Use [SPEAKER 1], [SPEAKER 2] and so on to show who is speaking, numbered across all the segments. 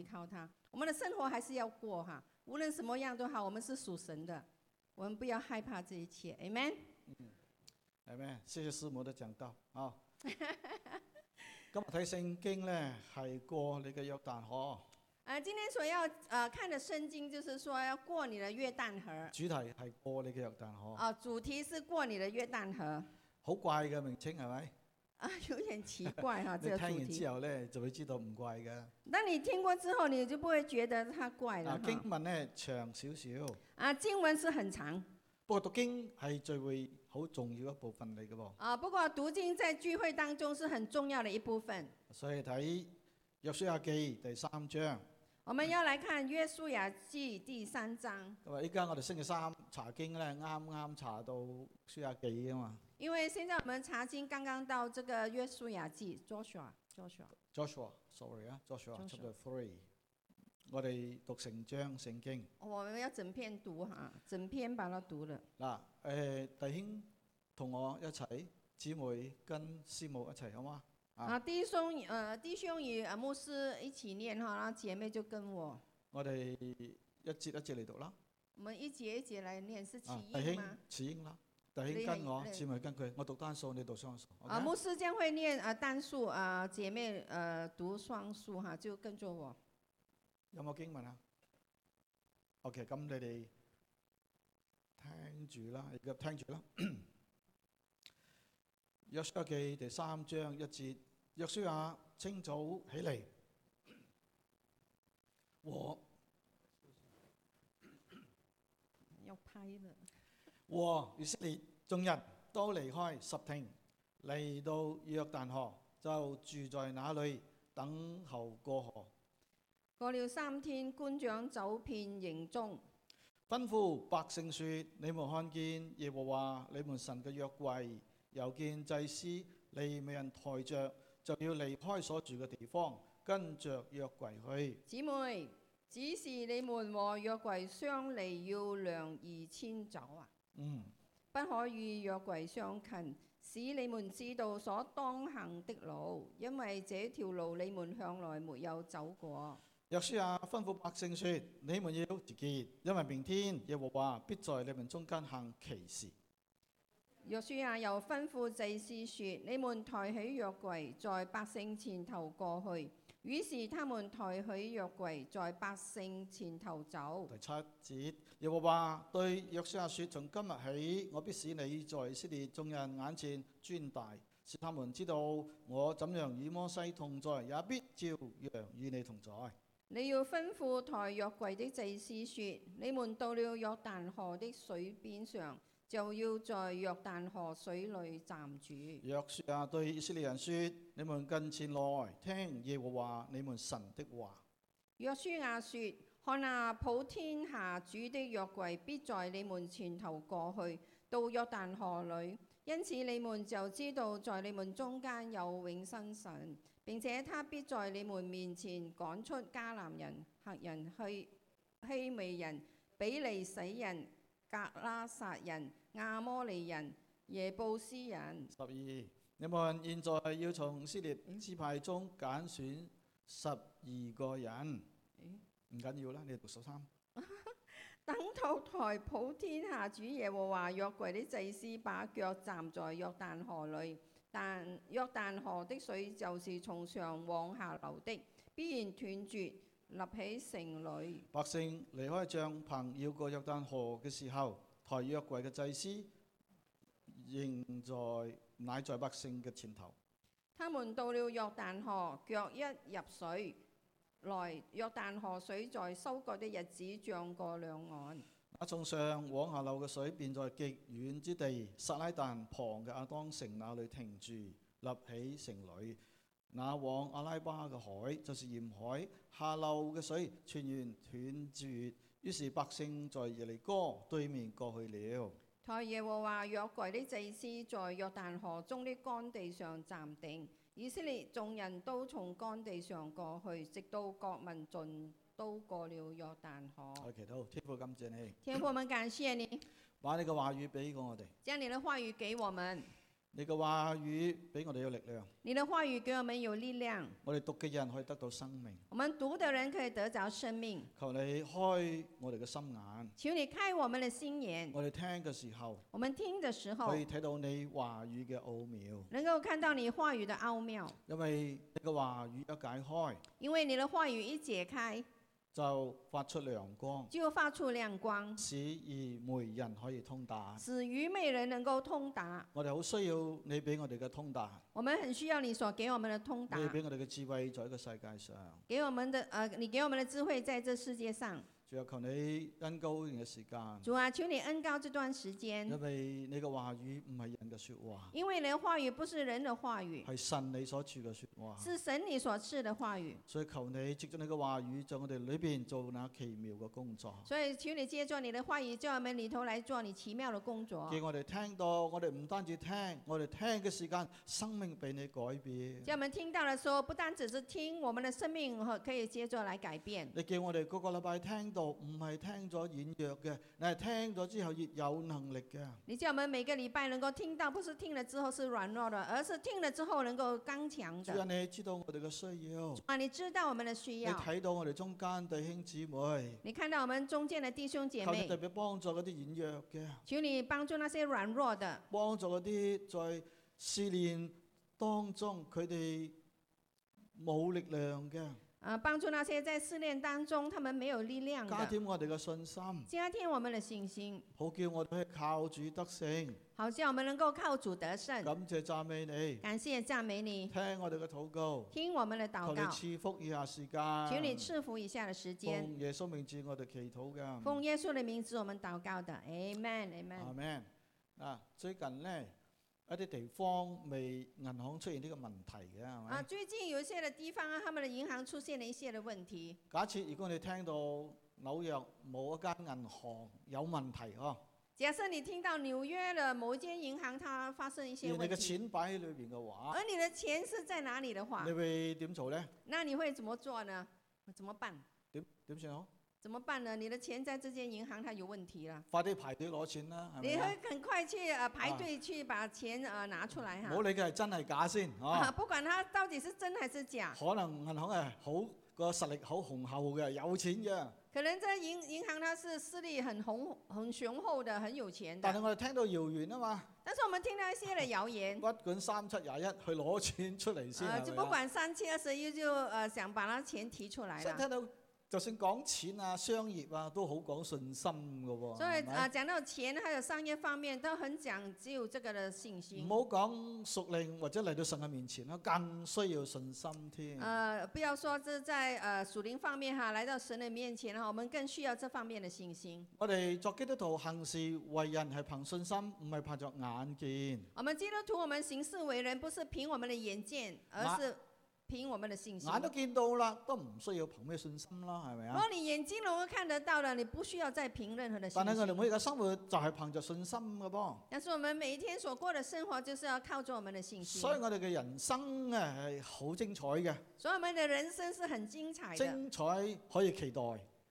[SPEAKER 1] 依靠他。我们的生活还是要过哈，无论什么样都好，我们是属神的，我们不要害怕这一切，amen。
[SPEAKER 2] 系咩？谢谢师母嘅講道啊！今日睇聖經咧，係過你嘅約旦河，
[SPEAKER 1] 啊，今天所要呃看的圣经就是说要过你的约旦河，
[SPEAKER 2] 主題係過你嘅約旦河，
[SPEAKER 1] 啊、主题是过你的约旦河，
[SPEAKER 2] 好怪嘅名稱係咪？
[SPEAKER 1] 啊，有点奇怪 哈、
[SPEAKER 2] 你
[SPEAKER 1] 这个
[SPEAKER 2] 聽
[SPEAKER 1] 主
[SPEAKER 2] 完
[SPEAKER 1] 题。
[SPEAKER 2] 之後咧，就會知道唔怪嘅。
[SPEAKER 1] 当你听过之后，你就不会觉得它怪了
[SPEAKER 2] 啊，
[SPEAKER 1] 哈
[SPEAKER 2] 經。文咧長少少，
[SPEAKER 1] 啊，经文是很長
[SPEAKER 2] 不過讀經係聚會好重要一部分嚟嘅噃，
[SPEAKER 1] 啊，不过读经在聚会当中是很重要的一部分。
[SPEAKER 2] 所以睇約書亞記第三章。
[SPEAKER 1] 我们要来看《约书亚记》第三章，
[SPEAKER 2] 咁啊，依家我哋星期三查經咧，啱啱查到約書亞記啊嘛
[SPEAKER 1] 因为现在我们查经刚刚到这个《约书亚记》（Joshua）。Joshua，
[SPEAKER 2] ，Joshua，sorry 啊，Joshua
[SPEAKER 1] Joshua
[SPEAKER 2] chapter three，我哋讀成章聖經。
[SPEAKER 1] 哦我们要整篇读哈，整篇把它读了。
[SPEAKER 2] 嗱，誒、弟兄同我一齊，姊妹跟師母一齊好嗎？啊
[SPEAKER 1] 啊，弟兄呃，弟兄与呃牧师一起念哈，然后姐妹就跟我，
[SPEAKER 2] 我哋一節一節嚟讀啦。
[SPEAKER 1] 我们一节一节来念，是起
[SPEAKER 2] 啊，弟
[SPEAKER 1] 义
[SPEAKER 2] 兄
[SPEAKER 1] 吗？
[SPEAKER 2] 慈英啦，弟兄
[SPEAKER 1] 你
[SPEAKER 2] 跟
[SPEAKER 1] 係
[SPEAKER 2] 我，
[SPEAKER 1] 你
[SPEAKER 2] 姊妹跟佢，我讀單數，你讀雙數。
[SPEAKER 1] 啊，
[SPEAKER 2] OK？
[SPEAKER 1] 牧师将会念啊单数啊，姐妹呃读双数哈，就跟着我。
[SPEAKER 2] 有冇經文啊？OK，咁你哋聽住啦，而家聽住啦。 約書亞記第三章一節，約書亞清早起嚟，和
[SPEAKER 1] 要拍了。
[SPEAKER 2] 和以色列眾人都離開十亭，嚟到約旦河，就住在那裏等候過河。
[SPEAKER 1] 過了三天，官長走遍營中，
[SPEAKER 2] 吩咐百姓說：你們看見耶和華你們神嘅約櫃，又見祭司利未人抬着，就要離開所住嘅地方，跟着約櫃去。
[SPEAKER 1] 姊妹，只是你們和約櫃相離要量二千肘啊，
[SPEAKER 2] 嗯，
[SPEAKER 1] 不可與約櫃相近，使你們知道所當行的路，因為這條路你們向來沒有走過。
[SPEAKER 2] 約書亞啊吩咐百姓說：你們要自潔，因為明天耶和華必在你們中間行奇事。
[SPEAKER 1] 約書亞又吩咐祭司說：你們抬起約櫃，在百姓前頭過去。於是他們抬起約櫃，在百姓前頭走。
[SPEAKER 2] 第七節，耶和華對約書亞說：從今日起，我必使你在以色列眾人眼前尊大，使他們知道我怎樣與摩西同在，也必照樣與你同在。
[SPEAKER 1] 你要吩咐抬約櫃的祭司說：你們到了約旦河的水邊上，就要在約旦河水裏站住。
[SPEAKER 2] 約書亞對啊以色列人說：你們近前來，聽耶和華你們神的話。
[SPEAKER 1] 約書亞說：看啊，普天下主的約櫃必在你們前頭過去，到約旦河裏。因此你們就知道，在你們中間有永生神，並且他必在你們面前趕出迦南人、黑人、希希美人、比利洗人、格拉撒人、亞摩利人、耶布斯人。
[SPEAKER 2] 十二，你們現在要從以色列支派中揀選十二個人，
[SPEAKER 1] 咦
[SPEAKER 2] 唔緊要啦，你讀十三。
[SPEAKER 1] 等到台普天下主耶和華約櫃的祭司把腳站在約旦河裏，但約旦河的水就是從上往下流的，必然斷絕，立起城壘。
[SPEAKER 2] 百姓離開帳棚要過約旦河嘅時候，抬約櫃嘅祭司仍在乃在百姓嘅前頭。
[SPEAKER 1] 他們到了約旦河，腳一入水來，約旦河水在收割的日子漲過兩岸。
[SPEAKER 2] 那從上往下流嘅水便在極遠之地撒拉但旁嘅亞當城那裏停住，立起城壘。那往阿拉巴嘅海就是鹽海，下流嘅水全然斷絕。於是百姓在耶利哥對面過去了。
[SPEAKER 1] 抬耶和華約櫃的祭司在約旦河中的乾地上站定，以色列眾人都從乾地上過去，直到國民盡都過了約旦河
[SPEAKER 2] 我。祈禱，天父感謝你，
[SPEAKER 1] 天父，我们感谢你，
[SPEAKER 2] 把你嘅話語俾過我哋。
[SPEAKER 1] 將你的話語給我們，
[SPEAKER 2] 你嘅話語俾我哋有力量，
[SPEAKER 1] 你的话语给我们有力量，
[SPEAKER 2] 我哋讀嘅人可以得到生命。
[SPEAKER 1] 我们读的人可以得着生命。
[SPEAKER 2] 求你開我哋嘅心眼，
[SPEAKER 1] 求你开我们的心眼，
[SPEAKER 2] 我哋聽嘅時候
[SPEAKER 1] 我们听的时候
[SPEAKER 2] 可以睇到你話語嘅奧妙，
[SPEAKER 1] 能夠看到你话语的奧妙，
[SPEAKER 2] 因為你嘅話語一解開
[SPEAKER 1] 因為你的话语一解開，
[SPEAKER 2] 就發出亮光，
[SPEAKER 1] 就發出亮光，
[SPEAKER 2] 使愚昧人可以通達。
[SPEAKER 1] 使愚昧人能夠通達。
[SPEAKER 2] 我哋好需要你俾我哋嘅通達，
[SPEAKER 1] 我們很需要你所給我們的通
[SPEAKER 2] 你
[SPEAKER 1] 達，
[SPEAKER 2] 俾我哋嘅智慧在呢個世界上。
[SPEAKER 1] 給我們的呃，你給我們的智慧在這世界上。
[SPEAKER 2] 仲有啊求你恩高嘅時間，
[SPEAKER 1] 主啊，求你恩高這段時間，
[SPEAKER 2] 因為你嘅話語唔係人嘅说話，
[SPEAKER 1] 因為你的话語不是人的话語，
[SPEAKER 2] 係神你所處嘅说話。
[SPEAKER 1] 是神你所賜的话語。
[SPEAKER 2] 所以求你藉着你嘅話語，在我哋裏边做那奇妙嘅工作，
[SPEAKER 1] 所以，求你借助你的话語，在我們裏頭來做你奇妙的工作
[SPEAKER 2] 叫，我哋聽到，我哋唔單止聽，我哋聽嘅時間，生命被你改變。
[SPEAKER 1] 叫我們聽到的時候，不單只是聽，我們的生命和可以接着來改變。
[SPEAKER 2] 你叫我哋個個禮拜聽到，唔係聽咗軟弱嘅，你係聽咗之後越有能力嘅。
[SPEAKER 1] 你叫我们每个礼拜能够听到，不是听了之后是软弱的，而是听了之后能够刚强
[SPEAKER 2] 主啊，哎
[SPEAKER 1] 的。
[SPEAKER 2] 你知道我哋嘅需要，
[SPEAKER 1] 啊，你知道我们的需
[SPEAKER 2] 你
[SPEAKER 1] 要，
[SPEAKER 2] 睇到我哋中間弟兄姊妹，
[SPEAKER 1] 你看到我们中间的弟兄姐
[SPEAKER 2] 求你
[SPEAKER 1] 妹
[SPEAKER 2] 特，別幫助嗰啲軟弱嘅，
[SPEAKER 1] 求你帮助那些软弱的，
[SPEAKER 2] 幫助嗰啲在試煉當中佢哋冇力量嘅。
[SPEAKER 1] 呃，帮助那些在试炼当中他们没有力量
[SPEAKER 2] 加
[SPEAKER 1] 的，
[SPEAKER 2] 添我哋嘅信心，
[SPEAKER 1] 加添我们的信心，
[SPEAKER 2] 好叫我哋去靠主得勝。
[SPEAKER 1] 好叫我们能够靠主得胜。
[SPEAKER 2] 感謝讚美你，
[SPEAKER 1] 感谢赞美你，
[SPEAKER 2] 聽我哋嘅禱告，
[SPEAKER 1] 听我们的
[SPEAKER 2] 求
[SPEAKER 1] 祷
[SPEAKER 2] 你
[SPEAKER 1] 告，
[SPEAKER 2] 賜福以下時間。
[SPEAKER 1] 求你赐福以下的时间。
[SPEAKER 2] 奉耶穌名字，我哋祈禱嘅。
[SPEAKER 1] 奉耶稣的名字，我们祷告的，Amen，Amen。
[SPEAKER 2] 阿 Man 嗱，最近呢，一啲地方未銀行出現呢個問題嘅係
[SPEAKER 1] 啊，
[SPEAKER 2] 咪？
[SPEAKER 1] 最近有一些的地方啊，他们的银行出现了一些的问题。
[SPEAKER 2] 假設如果你聽到紐約某一間銀行有問題哦，
[SPEAKER 1] 假设你听到纽约的某一间银行它发生一
[SPEAKER 2] 而
[SPEAKER 1] 些
[SPEAKER 2] 你
[SPEAKER 1] 问
[SPEAKER 2] 嘅
[SPEAKER 1] 题，
[SPEAKER 2] 錢擺喺裏邊嘅話，
[SPEAKER 1] 而你的钱是在哪里的话
[SPEAKER 2] 啊你，會點做呢？
[SPEAKER 1] 那你會怎么做呢？怎么办？
[SPEAKER 2] 點點算好？
[SPEAKER 1] 怎么办呢？你的钱在这间银行它有问题了，
[SPEAKER 2] 快啲排隊攞錢啦，係
[SPEAKER 1] 你
[SPEAKER 2] 咪啊
[SPEAKER 1] 会？很快去呃排
[SPEAKER 2] 啊
[SPEAKER 1] 队去把钱呃拿出来
[SPEAKER 2] 唔好
[SPEAKER 1] 哈。
[SPEAKER 2] 理佢係真係假先，哦、
[SPEAKER 1] 啊，不管它到底是真还是假，
[SPEAKER 2] 可能銀行係好個實力好雄厚嘅，有錢嘅。
[SPEAKER 1] 可能这银银行它是私力很雄很雄厚的，很有钱
[SPEAKER 2] 但
[SPEAKER 1] 的。
[SPEAKER 2] 係我哋聽到謠言啊嘛，
[SPEAKER 1] 但是我们听到一些的謠言，
[SPEAKER 2] 屈管三七廿一去攞錢出嚟先，
[SPEAKER 1] 呃，
[SPEAKER 2] 係
[SPEAKER 1] 就
[SPEAKER 2] 咪啊
[SPEAKER 1] 不管三七二十一，就呃想把那錢提出来
[SPEAKER 2] 所以
[SPEAKER 1] 了。
[SPEAKER 2] 聽到就算講錢啊、商業啊，都好講信心嘅喎、
[SPEAKER 1] 所以
[SPEAKER 2] 係咪
[SPEAKER 1] 啊，講到錢還有商業方面，都很講究這個的信
[SPEAKER 2] 唔
[SPEAKER 1] 心。
[SPEAKER 2] 好講屬靈或者嚟到神嘅面前啦，更需要信心添。
[SPEAKER 1] 呃，不要說這在呃屬靈方面哈，來到神的面前哈，我們更需要這方面的信心。
[SPEAKER 2] 我哋作基督徒行事為人係憑信心，唔係憑着眼見。
[SPEAKER 1] 我們基督徒，我們行事為人不是憑我們的眼見，而
[SPEAKER 2] 眼
[SPEAKER 1] 是憑我們的信心。
[SPEAKER 2] 眼都見到啦，都唔需要憑咩信心啦，係咪
[SPEAKER 1] 如
[SPEAKER 2] 啊
[SPEAKER 1] 果？你眼睛能夠看得到了，你不需要再憑任何的信
[SPEAKER 2] 但係我
[SPEAKER 1] 心。
[SPEAKER 2] 哋每日嘅生活就係憑着信心嘅噃。
[SPEAKER 1] 但是我們每一天所過的生活，就是要靠着我們的信心。
[SPEAKER 2] 所以我哋嘅人生啊係好精彩嘅，
[SPEAKER 1] 所以我們的人生是很精彩的。
[SPEAKER 2] 精彩可以期待，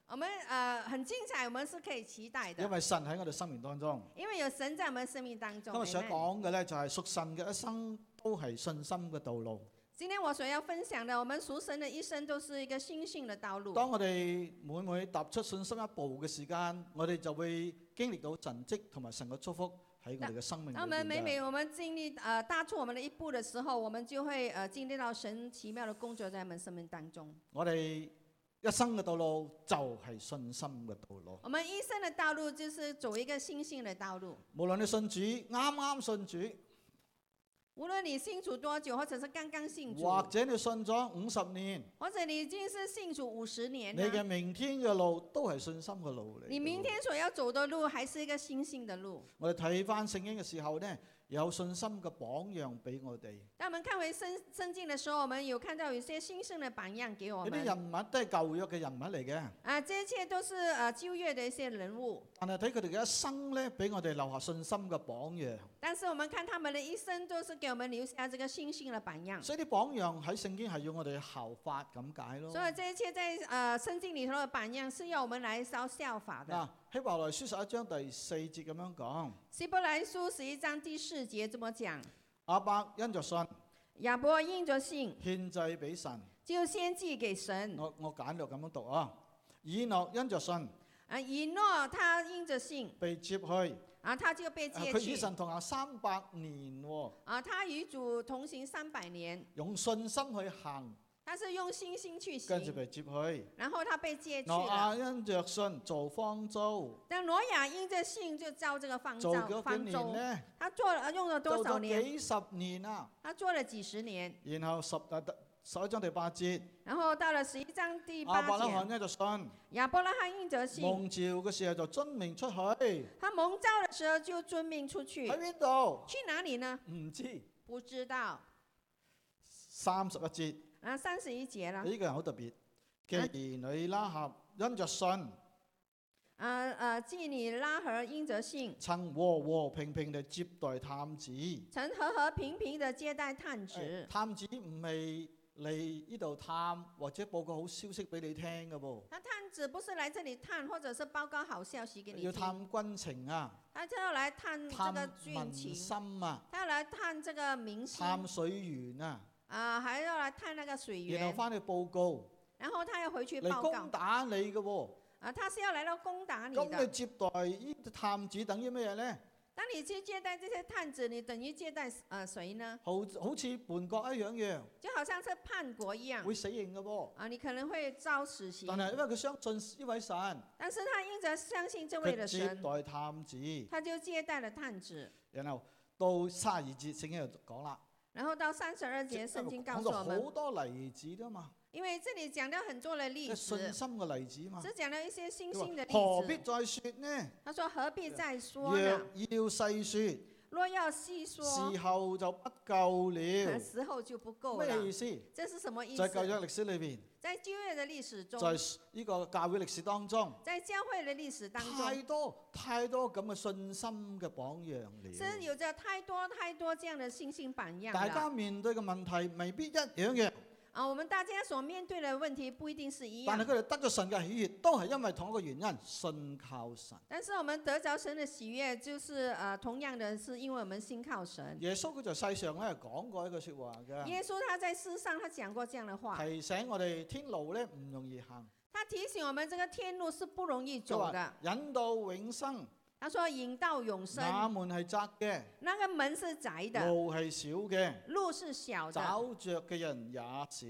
[SPEAKER 1] 我们呃很精彩，我们是可以期待
[SPEAKER 2] 因
[SPEAKER 1] 的，
[SPEAKER 2] 為神喺我哋生命當中。
[SPEAKER 1] 因為有神在我們生命當
[SPEAKER 2] 今
[SPEAKER 1] 中。
[SPEAKER 2] 日想
[SPEAKER 1] Amen
[SPEAKER 2] 講嘅咧就係屬神嘅一生都係信心嘅道路。
[SPEAKER 1] 今天我所要分享的，我们属神的一生都是一个信心的道路。
[SPEAKER 2] 當我哋每每踏出信心一步嘅時間，我哋就會經歷到神蹟同埋神嘅祝福喺我哋嘅生命裏
[SPEAKER 1] 当我们每
[SPEAKER 2] 邊嘅。
[SPEAKER 1] 每我们经历呃踏出我们的一步的时候，我们就会呃经历到神奇妙的工作在我们生命当中。
[SPEAKER 2] 我哋一生嘅道路就係信心嘅道路。
[SPEAKER 1] 我们一生的道路就是走一个信心的道路，
[SPEAKER 2] 無論你信主，啱啱信
[SPEAKER 1] 无论你信主多久，或者是刚刚信
[SPEAKER 2] 主，
[SPEAKER 1] 主，
[SPEAKER 2] 或者你信咗五十年。
[SPEAKER 1] 或者你已经是信主五十年
[SPEAKER 2] 你嘅
[SPEAKER 1] 了，
[SPEAKER 2] 明天嘅路都係信心嘅路嚟。
[SPEAKER 1] 啊你明，天所要走的路还是一个信心的路。
[SPEAKER 2] 我哋睇翻聖經嘅時候呢，有信心嘅榜樣俾我哋。
[SPEAKER 1] 当我们看回圣圣经的时候，我们有看到有一些新生的榜样给我
[SPEAKER 2] 有啲
[SPEAKER 1] 们。
[SPEAKER 2] 人物都係舊約嘅人物嚟嘅，
[SPEAKER 1] 啊，这一切都是呃旧约的一些人物，
[SPEAKER 2] 但係睇佢哋嘅一生呢，俾我哋留下信心嘅榜樣。
[SPEAKER 1] 但是我们看他们的一生，都是给我们留下这个信心的榜样。
[SPEAKER 2] 所以啲榜樣喺聖經係要我哋效法咁解咯。
[SPEAKER 1] 所以这一切在呃圣经里头的榜样是要我们来稍效法的。
[SPEAKER 2] 嗱，希伯來書十一章第四節咁樣講：
[SPEAKER 1] 希伯来书十一章第四节这么讲：
[SPEAKER 2] 阿伯因着信
[SPEAKER 1] 亚伯因着信，
[SPEAKER 2] 獻祭俾神，
[SPEAKER 1] 就献祭给神；
[SPEAKER 2] 我我簡略咁樣讀啊。以諾因着信
[SPEAKER 1] 啊，以诺他因着信，
[SPEAKER 2] 被接去，啊
[SPEAKER 1] 啊，他就被接
[SPEAKER 2] 佢與
[SPEAKER 1] 去。
[SPEAKER 2] 神同行三百年、喎，
[SPEAKER 1] 啊，他与主同行三百年，
[SPEAKER 2] 用信心去行，
[SPEAKER 1] 他是用信心去
[SPEAKER 2] 跟住
[SPEAKER 1] 行，
[SPEAKER 2] 被啊接去。
[SPEAKER 1] 然后他被接去
[SPEAKER 2] 挪
[SPEAKER 1] 了。
[SPEAKER 2] 亞因着信做方舟，
[SPEAKER 1] 但挪亚因着信就造这个方
[SPEAKER 2] 做
[SPEAKER 1] 舟，
[SPEAKER 2] 咗幾
[SPEAKER 1] 方
[SPEAKER 2] 年
[SPEAKER 1] 舟，
[SPEAKER 2] 呢？
[SPEAKER 1] 他做了呃用了多
[SPEAKER 2] 做
[SPEAKER 1] 少
[SPEAKER 2] 咗
[SPEAKER 1] 年？
[SPEAKER 2] 幾十年啊！
[SPEAKER 1] 他做了几十年。
[SPEAKER 2] 然後十啊得十一章第八節，
[SPEAKER 1] 然后到了十一章第
[SPEAKER 2] 阿伯
[SPEAKER 1] 八
[SPEAKER 2] 拉
[SPEAKER 1] 节，
[SPEAKER 2] 罕呢就信，
[SPEAKER 1] 亚伯拉罕因着信，
[SPEAKER 2] 蒙召嘅時候就遵命出去，喺
[SPEAKER 1] 他蒙召的时候就遵命出去，
[SPEAKER 2] 邊度？
[SPEAKER 1] 去哪里呢？
[SPEAKER 2] 唔知。
[SPEAKER 1] 不知道。
[SPEAKER 2] 三十一節呢、
[SPEAKER 1] 啊，三十一节了。
[SPEAKER 2] 個人好特別，妓女拉合因着信，
[SPEAKER 1] 啊啊，妓女拉合因着信，
[SPEAKER 2] 曾和和平平地接待探子。
[SPEAKER 1] 曾和和平平的接待探
[SPEAKER 2] 誒
[SPEAKER 1] 子。
[SPEAKER 2] 探子唔係嚟呢度探，或者報告好消息俾你聽嘅噃，
[SPEAKER 1] 那探子不是来这里探，或者是报告好消息给你
[SPEAKER 2] 要
[SPEAKER 1] 听，
[SPEAKER 2] 探軍情啊，
[SPEAKER 1] 他就要来探这
[SPEAKER 2] 探
[SPEAKER 1] 个军
[SPEAKER 2] 民
[SPEAKER 1] 情，
[SPEAKER 2] 心啊，
[SPEAKER 1] 他要来探这个民心
[SPEAKER 2] 探水源啊，
[SPEAKER 1] 啊，还要来探那个水
[SPEAKER 2] 然後
[SPEAKER 1] 源，
[SPEAKER 2] 翻去報告
[SPEAKER 1] 然后他要回去
[SPEAKER 2] 嚟
[SPEAKER 1] 报告
[SPEAKER 2] 攻打你嘅喎。
[SPEAKER 1] 啊，他是要来到攻打你
[SPEAKER 2] 咁你
[SPEAKER 1] 的。
[SPEAKER 2] 接待呢啲探子等於咩嘢咧？
[SPEAKER 1] 当你去接待这些探子，你等于接待呃谁呢？
[SPEAKER 2] 好好似叛國一樣樣，
[SPEAKER 1] 就好像是叛国一样
[SPEAKER 2] 會死刑嘅噃。
[SPEAKER 1] 啊，你可能会遭死刑
[SPEAKER 2] 但。係因為佢相信呢位神，
[SPEAKER 1] 但是他因着相信这位
[SPEAKER 2] 佢
[SPEAKER 1] 的
[SPEAKER 2] 接
[SPEAKER 1] 神，
[SPEAKER 2] 待探子，
[SPEAKER 1] 他就接待了探子。
[SPEAKER 2] 然後到三十二節聖經就講啦，
[SPEAKER 1] 然后到三十二节，圣经告
[SPEAKER 2] 講
[SPEAKER 1] 诉
[SPEAKER 2] 到
[SPEAKER 1] 我们，
[SPEAKER 2] 好多例子㗎嘛，
[SPEAKER 1] 因为这里讲到很多的
[SPEAKER 2] 即
[SPEAKER 1] 例
[SPEAKER 2] 係
[SPEAKER 1] 子
[SPEAKER 2] 信，心嘅例子嘛。
[SPEAKER 1] 只讲了一些星星的
[SPEAKER 2] 佢話
[SPEAKER 1] 例
[SPEAKER 2] 何必
[SPEAKER 1] 子。啊
[SPEAKER 2] 再説呢？
[SPEAKER 1] 他说：“何必再
[SPEAKER 2] 若
[SPEAKER 1] 说呢？
[SPEAKER 2] 要細説，
[SPEAKER 1] 若要细说
[SPEAKER 2] 時，候就不夠了。
[SPEAKER 1] 时候就不够
[SPEAKER 2] 咩
[SPEAKER 1] 了
[SPEAKER 2] 意。思？”
[SPEAKER 1] 这是什么意
[SPEAKER 2] 就係舊
[SPEAKER 1] 思？
[SPEAKER 2] 約歷史裏邊，
[SPEAKER 1] 在旧约的历史
[SPEAKER 2] 就
[SPEAKER 1] 中，
[SPEAKER 2] 係呢個教會歷史當中。
[SPEAKER 1] 在教会的历史当
[SPEAKER 2] 太
[SPEAKER 1] 中，
[SPEAKER 2] 多太多咁嘅信心嘅榜樣
[SPEAKER 1] 真啊
[SPEAKER 2] 了。
[SPEAKER 1] 有着太多太多这样的星星榜样
[SPEAKER 2] 大家
[SPEAKER 1] 了。
[SPEAKER 2] 面對嘅問題未必一樣嘅，
[SPEAKER 1] 啊，我们大家所面对的问题不一定是一
[SPEAKER 2] 但係
[SPEAKER 1] 样，
[SPEAKER 2] 佢哋得咗神嘅喜悦，都係因為同一個原因，信靠神。
[SPEAKER 1] 但是我们得着神的喜悦，就是呃，同样的是因为我们信靠神。
[SPEAKER 2] 耶穌佢就世上咧講過一句说話嘅，
[SPEAKER 1] 耶稣他在世上他讲过这样的话，
[SPEAKER 2] 提醒我哋天路咧唔容易行。
[SPEAKER 1] 他提醒我们，这个天路是不容易
[SPEAKER 2] 佢
[SPEAKER 1] 走的
[SPEAKER 2] 話。引到永生，
[SPEAKER 1] 他说：“引到永
[SPEAKER 2] 那
[SPEAKER 1] 生，
[SPEAKER 2] 門係窄
[SPEAKER 1] 那个门是窄
[SPEAKER 2] 嘅，
[SPEAKER 1] 的，
[SPEAKER 2] 路係少嘅，
[SPEAKER 1] 路是小的，
[SPEAKER 2] 找着嘅人也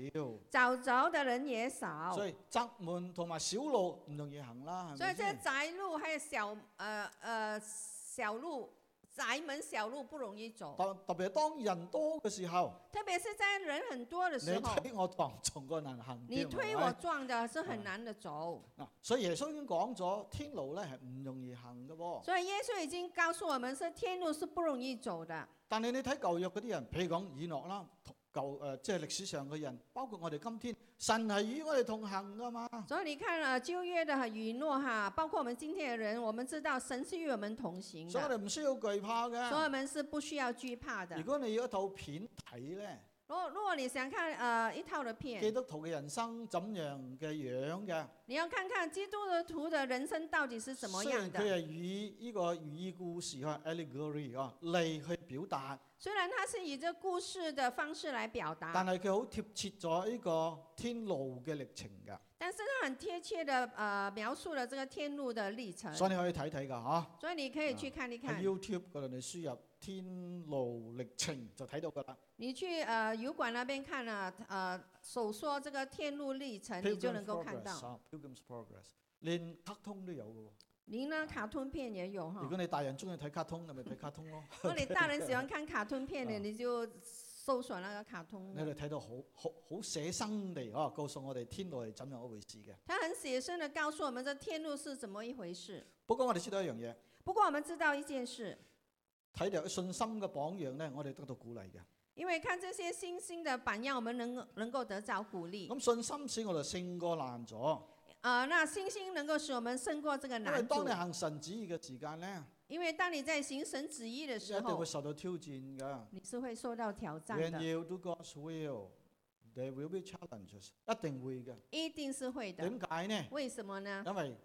[SPEAKER 2] 少。
[SPEAKER 1] 找着的人也少。
[SPEAKER 2] 所以窄門同埋小路唔容易行啦，係
[SPEAKER 1] 所以
[SPEAKER 2] 咪
[SPEAKER 1] 这
[SPEAKER 2] 先？
[SPEAKER 1] 窄路还有小呃呃小路、窄门、小路不容易走，
[SPEAKER 2] 特特別係當人多嘅時候。
[SPEAKER 1] 特别是在人很多的
[SPEAKER 2] 你
[SPEAKER 1] 时候，
[SPEAKER 2] 推我撞仲個難行
[SPEAKER 1] 你
[SPEAKER 2] 啲
[SPEAKER 1] 推
[SPEAKER 2] 係咪
[SPEAKER 1] 我撞的是很难的走。
[SPEAKER 2] 嗱，所以耶穌已經講咗，天路咧係唔容易行嘅喎。
[SPEAKER 1] 所以耶稣已经告诉我们，是天路是不容易走的。
[SPEAKER 2] 但係你睇舊約嗰啲人，譬如講以諾啦，同舊誒、呃即係歷史上嘅人，包括我哋今天，神係與我哋同行噶嘛。
[SPEAKER 1] 所以你看啊，旧约的雨诺哈，包括我们今天的人，我们知道神是与我们同行
[SPEAKER 2] 所以我
[SPEAKER 1] 的，
[SPEAKER 2] 哋唔需要懼怕
[SPEAKER 1] 所以我
[SPEAKER 2] 嘅。
[SPEAKER 1] 们是不需要惧怕的
[SPEAKER 2] 如。果你要一套片睇咧，
[SPEAKER 1] 如果如果你想看呃一套的
[SPEAKER 2] 基
[SPEAKER 1] 片，
[SPEAKER 2] 督徒嘅人生怎樣嘅樣嘅？
[SPEAKER 1] 你要看看基督的徒的人生到底是什么
[SPEAKER 2] 雖
[SPEAKER 1] 样
[SPEAKER 2] 然佢
[SPEAKER 1] 的。
[SPEAKER 2] 係以呢個寓意故事啊 （allegory） 啊嚟去表達，
[SPEAKER 1] 虽然他是以这故事的方式来表达
[SPEAKER 2] 但，係佢好貼切咗呢個天路嘅歷程㗎。
[SPEAKER 1] 但是他很贴切的呃描述了这个天路的历程，
[SPEAKER 2] 所以你嗯可以睇睇㗎吓，
[SPEAKER 1] 所以你可以去看一
[SPEAKER 2] 喺
[SPEAKER 1] 看。
[SPEAKER 2] YouTube 嗰度你輸入天路歷程就睇到㗎啦。
[SPEAKER 1] 你去呃油管那边看啊，呃手说这个天路历程，你就能够看
[SPEAKER 2] Pilgrim's
[SPEAKER 1] 到。
[SPEAKER 2] 啊 Pilgrim's Progress，連卡通都有㗎喎。
[SPEAKER 1] 您呢，卡通片也有 哈
[SPEAKER 2] 如。果你大人中意睇卡通，你咪睇卡通咯。
[SPEAKER 1] 如果你大人喜欢看卡通片
[SPEAKER 2] 啊
[SPEAKER 1] 的， 你就搜索那个卡通
[SPEAKER 2] 你。哋睇到好好好寫生地啊，告訴我哋天路係怎樣一回事嘅。
[SPEAKER 1] 他很写生的告诉我们这天路是怎么一回事。
[SPEAKER 2] 不過我哋知道一樣嘢，
[SPEAKER 1] 不过我们知道一件事，
[SPEAKER 2] 睇到有信心嘅榜樣咧，我哋得到鼓勵嘅。
[SPEAKER 1] 因为看这些星星的榜样，我们能能够得着鼓励。
[SPEAKER 2] 咁信心使我哋勝過難咗，
[SPEAKER 1] 啊、那星星能够使我们胜过这个
[SPEAKER 2] 因為
[SPEAKER 1] 难
[SPEAKER 2] 當
[SPEAKER 1] 度
[SPEAKER 2] 你。行神旨意嘅時間咧，
[SPEAKER 1] 因为当你在行神旨意的
[SPEAKER 2] 一
[SPEAKER 1] 时
[SPEAKER 2] 定會
[SPEAKER 1] 候，
[SPEAKER 2] 受到挑戰㗎。
[SPEAKER 1] 你是会受到挑战
[SPEAKER 2] When
[SPEAKER 1] 的，
[SPEAKER 2] you do God's will, there will be challenges，一定會嘅。
[SPEAKER 1] 啊一定是会的。
[SPEAKER 2] 點解呢？
[SPEAKER 1] 为什么呢？
[SPEAKER 2] 因為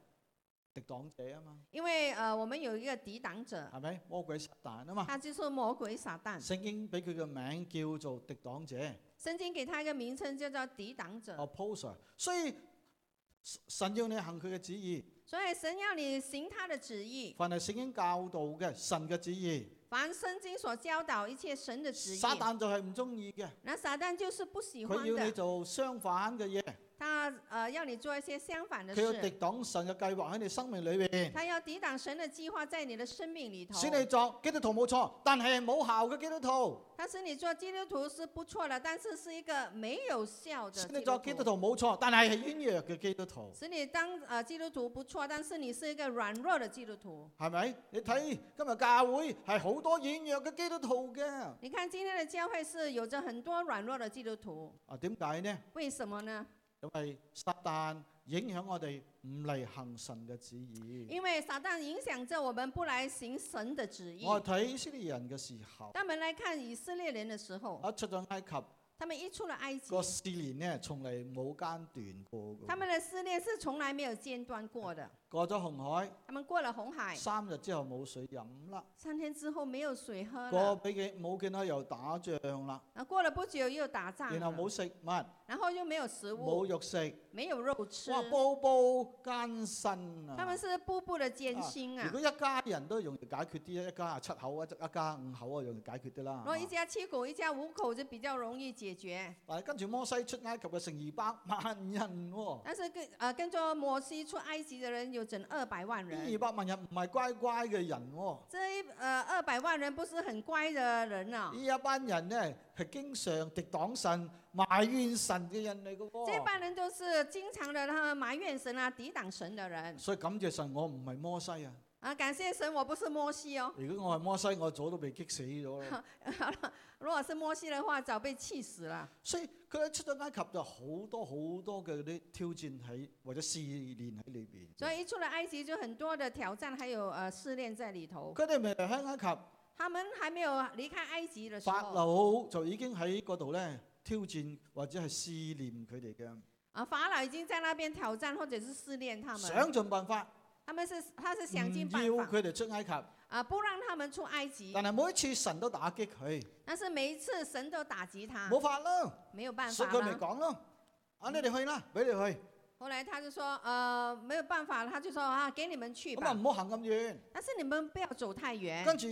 [SPEAKER 2] 敵擋者啊嘛，
[SPEAKER 1] 因为呃，我们有一个抵挡者，
[SPEAKER 2] 係咪？魔鬼撒旦啊嘛。
[SPEAKER 1] 他就是魔鬼撒旦。
[SPEAKER 2] 聖經俾佢嘅名叫做敵擋者
[SPEAKER 1] 圣经给他一个名称叫做抵挡
[SPEAKER 2] 哦
[SPEAKER 1] 者，
[SPEAKER 2] （opposer）。所以神要你行佢嘅旨意，
[SPEAKER 1] 所以神要你行他的旨意，
[SPEAKER 2] 凡係聖經教導嘅神嘅旨意，
[SPEAKER 1] 凡圣经所教导一切神的旨意。
[SPEAKER 2] 撒旦就係唔中意嘅，
[SPEAKER 1] 那撒旦就是不喜欢
[SPEAKER 2] 佢要你
[SPEAKER 1] 的，
[SPEAKER 2] 做相反嘅嘢，
[SPEAKER 1] 他呃要你做一些相反的
[SPEAKER 2] 佢要敵
[SPEAKER 1] 事，
[SPEAKER 2] 擋神嘅計劃喺你生命裏邊。
[SPEAKER 1] 他要抵挡神的计划在你的生命里头。
[SPEAKER 2] 使你作基督徒冇錯，但係冇效嘅基督徒。
[SPEAKER 1] 他使你做基督徒是不错的，但是是一个没有效的
[SPEAKER 2] 使你作基督
[SPEAKER 1] 督
[SPEAKER 2] 徒
[SPEAKER 1] 徒。
[SPEAKER 2] 冇錯，但係係軟弱嘅基督徒，
[SPEAKER 1] 使你当呃基督徒不错，但是你是一个软弱的基督徒。
[SPEAKER 2] 係咪？你睇今日教會係好多軟弱嘅基督徒嘅。
[SPEAKER 1] 你看今天的教会是有着很多软弱的基督徒，
[SPEAKER 2] 啊，點解呢？
[SPEAKER 1] 为什么呢？
[SPEAKER 2] 因為撒旦影響我哋唔嚟行神嘅旨意。
[SPEAKER 1] 因为撒旦影响着我们不来行神的旨意。
[SPEAKER 2] 我係睇以色列人嘅時候，
[SPEAKER 1] 他们来看以色列人的时候，
[SPEAKER 2] 一出咗埃及，
[SPEAKER 1] 他们一出了埃及，
[SPEAKER 2] 個試煉呢，從嚟冇間斷過
[SPEAKER 1] 他
[SPEAKER 2] 嘅。
[SPEAKER 1] 们的试炼是从来没有间断过的。
[SPEAKER 2] 過咗紅
[SPEAKER 1] 他们过了红海
[SPEAKER 2] 海，，三日之後冇水飲啦，
[SPEAKER 1] 三天之后没有水喝
[SPEAKER 2] 過
[SPEAKER 1] 了，
[SPEAKER 2] 俾佢冇見到又打仗啦，
[SPEAKER 1] 啊，过了不久又打仗
[SPEAKER 2] 然後
[SPEAKER 1] 了，
[SPEAKER 2] 冇食物，
[SPEAKER 1] 然后又没有食物
[SPEAKER 2] 冇，肉食。
[SPEAKER 1] 没有肉吃，
[SPEAKER 2] 哇，步步艱辛啊！
[SPEAKER 1] 他们是步步的艰辛
[SPEAKER 2] 如
[SPEAKER 1] 啊
[SPEAKER 2] 果。一家人都容易解決啲，一家七口啊，一家五口啊，容易解決啲啦。
[SPEAKER 1] 如果一
[SPEAKER 2] 係嘛
[SPEAKER 1] 家七口、一家五口就比较容易解决，
[SPEAKER 2] 但係跟住摩西出埃及嘅成二百萬人喎、
[SPEAKER 1] 但是跟呃跟着摩西出埃及的人有整二百万
[SPEAKER 2] 呢
[SPEAKER 1] 人
[SPEAKER 2] 二，百萬人唔係乖乖嘅人喎、
[SPEAKER 1] 这一呃二百万人不是很乖的人啊、
[SPEAKER 2] 呢一班人呢，係經常敵擋神、埋怨神嘅人嚟嘅
[SPEAKER 1] 这
[SPEAKER 2] 喎。
[SPEAKER 1] 帮人都是经常的，他们埋怨神啊、抵挡神的人
[SPEAKER 2] 所以感謝神，我唔係摩西啊！
[SPEAKER 1] 啊。感谢神，我不是摩西哦。
[SPEAKER 2] 如果我係摩西，我早都被激死咗 啦。
[SPEAKER 1] 如果是摩西的话，早被气死了。
[SPEAKER 2] 所以佢一出咗埃及就好多好多嘅啲挑戰喺或者試煉喺裏邊。
[SPEAKER 1] 所以一出了埃及，就很多的挑战，还有呃试炼在里头。
[SPEAKER 2] 佢哋咪喺埃及。
[SPEAKER 1] 他们还没有离开埃及的时
[SPEAKER 2] 法
[SPEAKER 1] 候，
[SPEAKER 2] 老就已經喺嗰度咧挑戰或者係試驗佢哋嘅，
[SPEAKER 1] 啊，法老已经在那边挑战或者是试炼他们。
[SPEAKER 2] 想盡辦法，
[SPEAKER 1] 他们是他是
[SPEAKER 2] 唔要
[SPEAKER 1] 想尽办法
[SPEAKER 2] 佢哋出埃及。
[SPEAKER 1] 啊，不让他们出埃及。
[SPEAKER 2] 但係每一次神都打擊佢，
[SPEAKER 1] 但是每一次神都打击他，
[SPEAKER 2] 冇法咯，
[SPEAKER 1] 没有办
[SPEAKER 2] 所以
[SPEAKER 1] 法
[SPEAKER 2] 佢咪
[SPEAKER 1] 了。
[SPEAKER 2] 講咯，啊你哋去啦，俾你去，
[SPEAKER 1] 后来他就说，呃，没有辦法，他就說啊，給你們去
[SPEAKER 2] 咁
[SPEAKER 1] 吧，
[SPEAKER 2] 啊唔好行咁遠。
[SPEAKER 1] 但是你們不要走太遠。
[SPEAKER 2] 跟住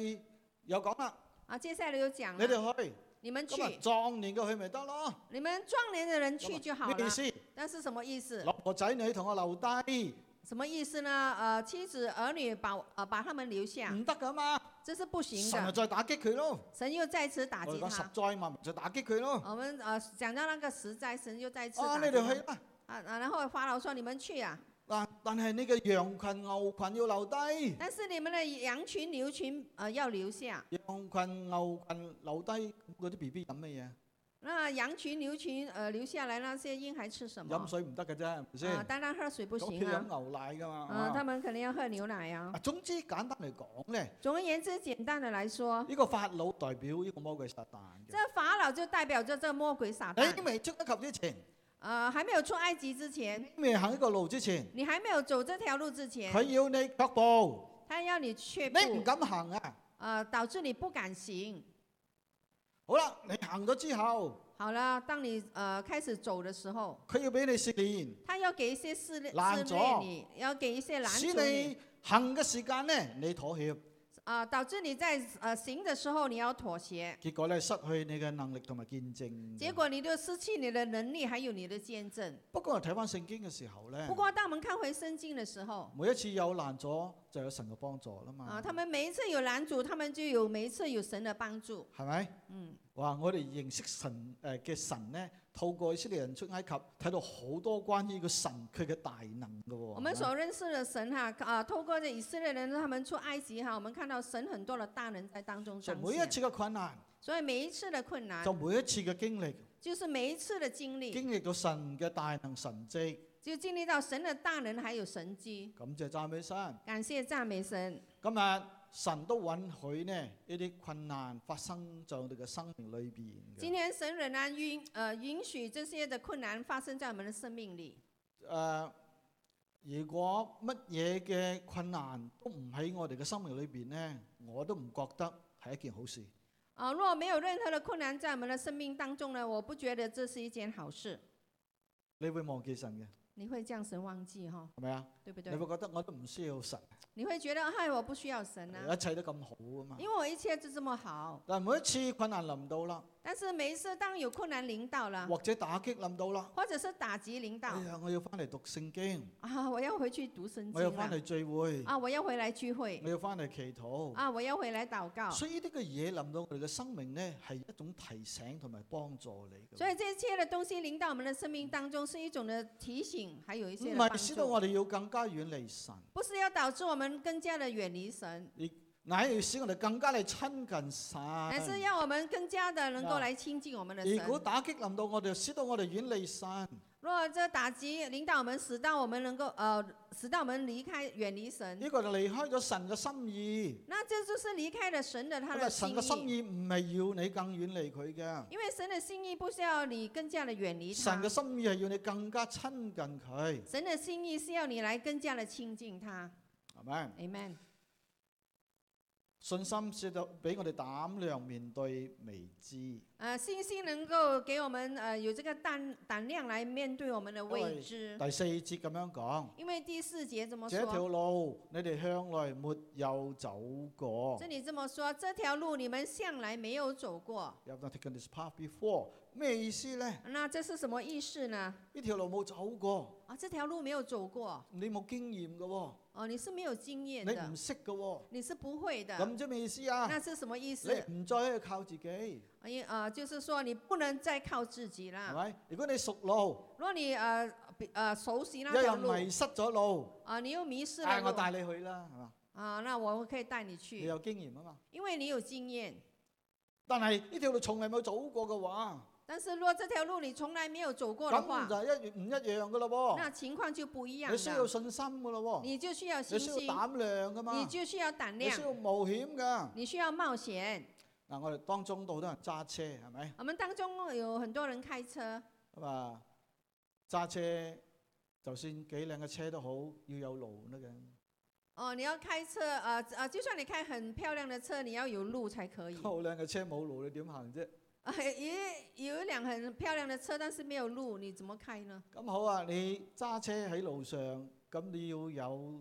[SPEAKER 2] 又講啦，
[SPEAKER 1] 啊，接下来又講
[SPEAKER 2] 你
[SPEAKER 1] 了，
[SPEAKER 2] 哋去，
[SPEAKER 1] 你們
[SPEAKER 2] 咁啊
[SPEAKER 1] 去，
[SPEAKER 2] 壯年嘅去咪得咯。
[SPEAKER 1] 你們壯年的人去就好
[SPEAKER 2] 咁啊咩意
[SPEAKER 1] 了。
[SPEAKER 2] 思？
[SPEAKER 1] 但是什麼意思？
[SPEAKER 2] 落個仔女同我留低，
[SPEAKER 1] 什麼意思呢？呃，妻子儿女把呃把他们留下，
[SPEAKER 2] 唔得噶嘛。
[SPEAKER 1] 这是不行
[SPEAKER 2] 嗯神就
[SPEAKER 1] 的。
[SPEAKER 2] 再打擊佢咯，
[SPEAKER 1] 神又再次打
[SPEAKER 2] 我
[SPEAKER 1] 击
[SPEAKER 2] 哋講十
[SPEAKER 1] 他。
[SPEAKER 2] 災嘛，咪再打擊佢咯。
[SPEAKER 1] 我们呃讲到那个十灾，神又再次
[SPEAKER 2] 啊
[SPEAKER 1] 打
[SPEAKER 2] 你
[SPEAKER 1] 击
[SPEAKER 2] 哋去
[SPEAKER 1] 他。
[SPEAKER 2] 啦。
[SPEAKER 1] 啊啊，然后法老说：“你们去啊，
[SPEAKER 2] 但但係你嘅羊群牛群要留低，
[SPEAKER 1] 但是你们的羊群牛群呃要留下。
[SPEAKER 2] 羊群牛群留低嗰啲 B B 飲乜
[SPEAKER 1] 那羊群牛群呃留下来那些婴孩吃什
[SPEAKER 2] 嘢？
[SPEAKER 1] 么？
[SPEAKER 2] 飲水唔得嘅啫，係咪
[SPEAKER 1] 啊，
[SPEAKER 2] 先？
[SPEAKER 1] 当然喝水不
[SPEAKER 2] 咁
[SPEAKER 1] 行啊
[SPEAKER 2] 佢。飲牛奶噶嘛。
[SPEAKER 1] 嗯、他
[SPEAKER 2] 啊
[SPEAKER 1] 们肯定要喝牛奶啊。
[SPEAKER 2] 總之簡單嚟講咧，呢、
[SPEAKER 1] 总而言之，简单的来说，
[SPEAKER 2] 呢個法老代表呢個魔鬼撒旦
[SPEAKER 1] 这
[SPEAKER 2] 嘅。
[SPEAKER 1] 法老就代表着这魔鬼撒
[SPEAKER 2] 你
[SPEAKER 1] 旦。
[SPEAKER 2] 未出埃及之前，
[SPEAKER 1] 呃，还没有出埃及之前，
[SPEAKER 2] 你未行呢個路之前，
[SPEAKER 1] 你还没有走这条路之前，
[SPEAKER 2] 佢要你腳步，
[SPEAKER 1] 他要你却步，
[SPEAKER 2] 你唔敢行啊！
[SPEAKER 1] 呃，导致你不敢行。
[SPEAKER 2] 好啦，你行咗之後，
[SPEAKER 1] 好了，当你呃开始走的时候，
[SPEAKER 2] 佢要俾你試煉，
[SPEAKER 1] 他要给一些试炼
[SPEAKER 2] 拦
[SPEAKER 1] 试
[SPEAKER 2] 阻
[SPEAKER 1] 炼你，要给一些拦
[SPEAKER 2] 使
[SPEAKER 1] 阻你，
[SPEAKER 2] 你行嘅時間咧，你妥協，
[SPEAKER 1] 啊、导致你在呃行的时候你要妥协，
[SPEAKER 2] 結果咧失去你嘅能力同埋見證。
[SPEAKER 1] 结果你就失去你的能力，还有你的见证。
[SPEAKER 2] 不過睇翻聖經嘅時候咧
[SPEAKER 1] 不，过，当我们看回圣经的时候，
[SPEAKER 2] 每一次有難咗就有神嘅幫助啦
[SPEAKER 1] 啊，
[SPEAKER 2] 嘛，
[SPEAKER 1] 他們每一次有拦阻，他們就有每一次有神的幫助。
[SPEAKER 2] 係咪？
[SPEAKER 1] 嗯，
[SPEAKER 2] 哇！我哋認識神誒嘅、神咧，透過以色列人出埃及，睇到好多關於個神佢嘅大能嘅喎、
[SPEAKER 1] 我們所
[SPEAKER 2] 係咪
[SPEAKER 1] 認識的神哈，啊，透過這以色列人他們出埃及哈，我們看到神很多的大能在当中
[SPEAKER 2] 就
[SPEAKER 1] 彰
[SPEAKER 2] 每一
[SPEAKER 1] 顯。
[SPEAKER 2] 次嘅困難，
[SPEAKER 1] 所以每一次的困難
[SPEAKER 2] 就，每一次嘅經歷，
[SPEAKER 1] 就是每一次的經歷，
[SPEAKER 2] 經歷到神嘅大能神蹟，
[SPEAKER 1] 就經歷到神的大能還有神蹟。
[SPEAKER 2] 咁就讚美神。
[SPEAKER 1] 感謝讚美神。
[SPEAKER 2] 今日神都允許呢呢啲困難發生在我哋嘅生命裏邊嘅。
[SPEAKER 1] 今天神仍然允呃允許這些的困難發生在我們的生命裡。
[SPEAKER 2] 誒如果乜嘢嘅困難都唔喺我哋嘅生命裏邊呢，我都唔覺得係一件好事。
[SPEAKER 1] 啊，若没有任何的困难在我们的生命当中呢，我不觉得这是一件好事。
[SPEAKER 2] 你會忘記神嘅，
[SPEAKER 1] 你会将神忘记哈、
[SPEAKER 2] 係咪啊？
[SPEAKER 1] 对不
[SPEAKER 2] 你
[SPEAKER 1] 对？
[SPEAKER 2] 會覺得我都唔需要神，
[SPEAKER 1] 你会觉得，嗨，我不需要神啊，
[SPEAKER 2] 一切都咁好啊嘛。
[SPEAKER 1] 因为我一切就这么好。
[SPEAKER 2] 但每一次困難臨到啦，
[SPEAKER 1] 但是每一次当有困难临到了，
[SPEAKER 2] 或者打擊臨到啦，
[SPEAKER 1] 或者是打击临到
[SPEAKER 2] 哎呀，我要翻嚟讀聖經，
[SPEAKER 1] 啊，我要回去读圣
[SPEAKER 2] 我要
[SPEAKER 1] 经
[SPEAKER 2] 翻
[SPEAKER 1] 了
[SPEAKER 2] 嚟聚會，
[SPEAKER 1] 啊，我要回来聚会
[SPEAKER 2] 我要翻嚟祈禱。
[SPEAKER 1] 啊，我要回来祷告。
[SPEAKER 2] 所以呢啲嘅嘢臨到我哋嘅生命呢，係一種提醒同埋幫助你嘅。
[SPEAKER 1] 所以这一切的东西临到我们的生命当中，是一种的提醒，还有一些
[SPEAKER 2] 唔
[SPEAKER 1] 的
[SPEAKER 2] 係
[SPEAKER 1] 帮
[SPEAKER 2] 使到
[SPEAKER 1] 助，
[SPEAKER 2] 我哋要更加遠離神，
[SPEAKER 1] 不是要导致我们更加的远离神，
[SPEAKER 2] 乃係使我哋更加嚟親近
[SPEAKER 1] 而是
[SPEAKER 2] 神。
[SPEAKER 1] 要我们更加的能
[SPEAKER 2] 啊
[SPEAKER 1] 够来亲近我们的
[SPEAKER 2] 如果
[SPEAKER 1] 神。
[SPEAKER 2] 打擊臨到我哋，使到我哋遠離神，
[SPEAKER 1] 若这打击领导我们，使到我们能够呃，使到我们离开远离神，
[SPEAKER 2] 呢個就離開咗神嘅心意。
[SPEAKER 1] 那这就是离开了神的他
[SPEAKER 2] 因
[SPEAKER 1] 的
[SPEAKER 2] 為神
[SPEAKER 1] 心
[SPEAKER 2] 嘅心
[SPEAKER 1] 意。
[SPEAKER 2] 意唔係要你更遠離佢嘅，
[SPEAKER 1] 因为神的心意不是要你更加的远离
[SPEAKER 2] 神
[SPEAKER 1] 他
[SPEAKER 2] 嘅，心意係要你更加親近佢，
[SPEAKER 1] 神的心意是要你来更加的亲近他。
[SPEAKER 2] 係咪？
[SPEAKER 1] Amen。
[SPEAKER 2] 信心使到俾我哋膽量面對未知。
[SPEAKER 1] 呃，信心能够给我们呃有这个胆胆量来面对我们的未知。
[SPEAKER 2] 第四節咁樣講。
[SPEAKER 1] 因为第四节怎么
[SPEAKER 2] 这條
[SPEAKER 1] 说？
[SPEAKER 2] 路你哋向來沒有走過。
[SPEAKER 1] 这里这么说，这条路你们向来没有走过。
[SPEAKER 2] You have not taken this path before。咩意思呢？
[SPEAKER 1] 那这是什么意思呢？
[SPEAKER 2] 呢條路冇走過，
[SPEAKER 1] 啊，这条路没有走过，
[SPEAKER 2] 你冇經驗嘅喎，
[SPEAKER 1] 哦，你是没有经验
[SPEAKER 2] 你
[SPEAKER 1] 的
[SPEAKER 2] 唔，識嘅喎，
[SPEAKER 1] 你是不会的。
[SPEAKER 2] 咁即係咩意思啊？
[SPEAKER 1] 那是什么意思？
[SPEAKER 2] 你唔再去靠自己，係
[SPEAKER 1] 因呃，就是说你不能再靠自己啦。
[SPEAKER 2] 咪？如果你熟路，
[SPEAKER 1] 如果你呃比呃熟悉那
[SPEAKER 2] 一
[SPEAKER 1] 条
[SPEAKER 2] 又
[SPEAKER 1] 路啊、
[SPEAKER 2] 迷失咗路，
[SPEAKER 1] 你又迷失了
[SPEAKER 2] 嗌
[SPEAKER 1] 路
[SPEAKER 2] 我
[SPEAKER 1] 啊、
[SPEAKER 2] 帶你去啦，係嘛？
[SPEAKER 1] 那我可以带你
[SPEAKER 2] 你
[SPEAKER 1] 去，
[SPEAKER 2] 有經驗啊嘛。
[SPEAKER 1] 因为你有经验。
[SPEAKER 2] 但係呢條路從嚟冇走過嘅話，
[SPEAKER 1] 但是若这条路你从来没有走过的
[SPEAKER 2] 咁
[SPEAKER 1] 话，
[SPEAKER 2] 就一唔一樣嘅咯
[SPEAKER 1] 那情况就不一
[SPEAKER 2] 喎。
[SPEAKER 1] 样
[SPEAKER 2] 你需要
[SPEAKER 1] 了。
[SPEAKER 2] 信心嘅咯喎，
[SPEAKER 1] 你就需要
[SPEAKER 2] 你
[SPEAKER 1] 信
[SPEAKER 2] 需要
[SPEAKER 1] 心，
[SPEAKER 2] 膽量噶嘛
[SPEAKER 1] 你，就需要胆
[SPEAKER 2] 你
[SPEAKER 1] 量
[SPEAKER 2] 需，要冒險㗎。
[SPEAKER 1] 你需要冒险。
[SPEAKER 2] 嗱，我哋當中都好多人揸車，係咪？
[SPEAKER 1] 我们当中有很多人开车，
[SPEAKER 2] 咁啊，揸車就算幾靚嘅車都好，要有路得嘅。
[SPEAKER 1] 哦，你要开车，呃呃，就算你开很漂亮的车，你要有路才可以。
[SPEAKER 2] 好靚嘅車冇路，你點行啫？
[SPEAKER 1] 啊，也有一辆很漂亮的车，但是没有路，你怎么开呢？
[SPEAKER 2] 咁好啊，你揸車喺路上，咁你要有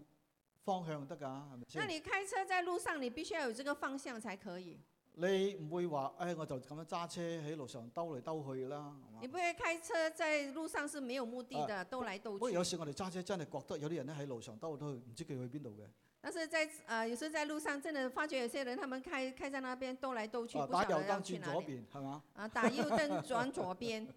[SPEAKER 2] 方向得㗎，係咪
[SPEAKER 1] 那
[SPEAKER 2] 先？
[SPEAKER 1] 你开车在路上，你必须要有这个方向才可以。
[SPEAKER 2] 你唔會話，誒、我就咁樣揸車喺路上兜嚟兜去啦，係嘛
[SPEAKER 1] 你？不会开车在路上是没有目的的，兜来兜
[SPEAKER 2] 啊不過
[SPEAKER 1] 去
[SPEAKER 2] 有。時我哋揸車真係覺得有啲人咧喺路上兜嚟兜去，唔知佢去邊度嘅。
[SPEAKER 1] 但是在呃，有时在路上真的发觉有些人，他们开开在那边兜来兜去，
[SPEAKER 2] 啊
[SPEAKER 1] 不
[SPEAKER 2] 打
[SPEAKER 1] 晓
[SPEAKER 2] 右
[SPEAKER 1] 得要
[SPEAKER 2] 燈
[SPEAKER 1] 去
[SPEAKER 2] 轉
[SPEAKER 1] 哪
[SPEAKER 2] 左
[SPEAKER 1] 里。
[SPEAKER 2] 邊係嘛？
[SPEAKER 1] 啊，打右灯转左 边，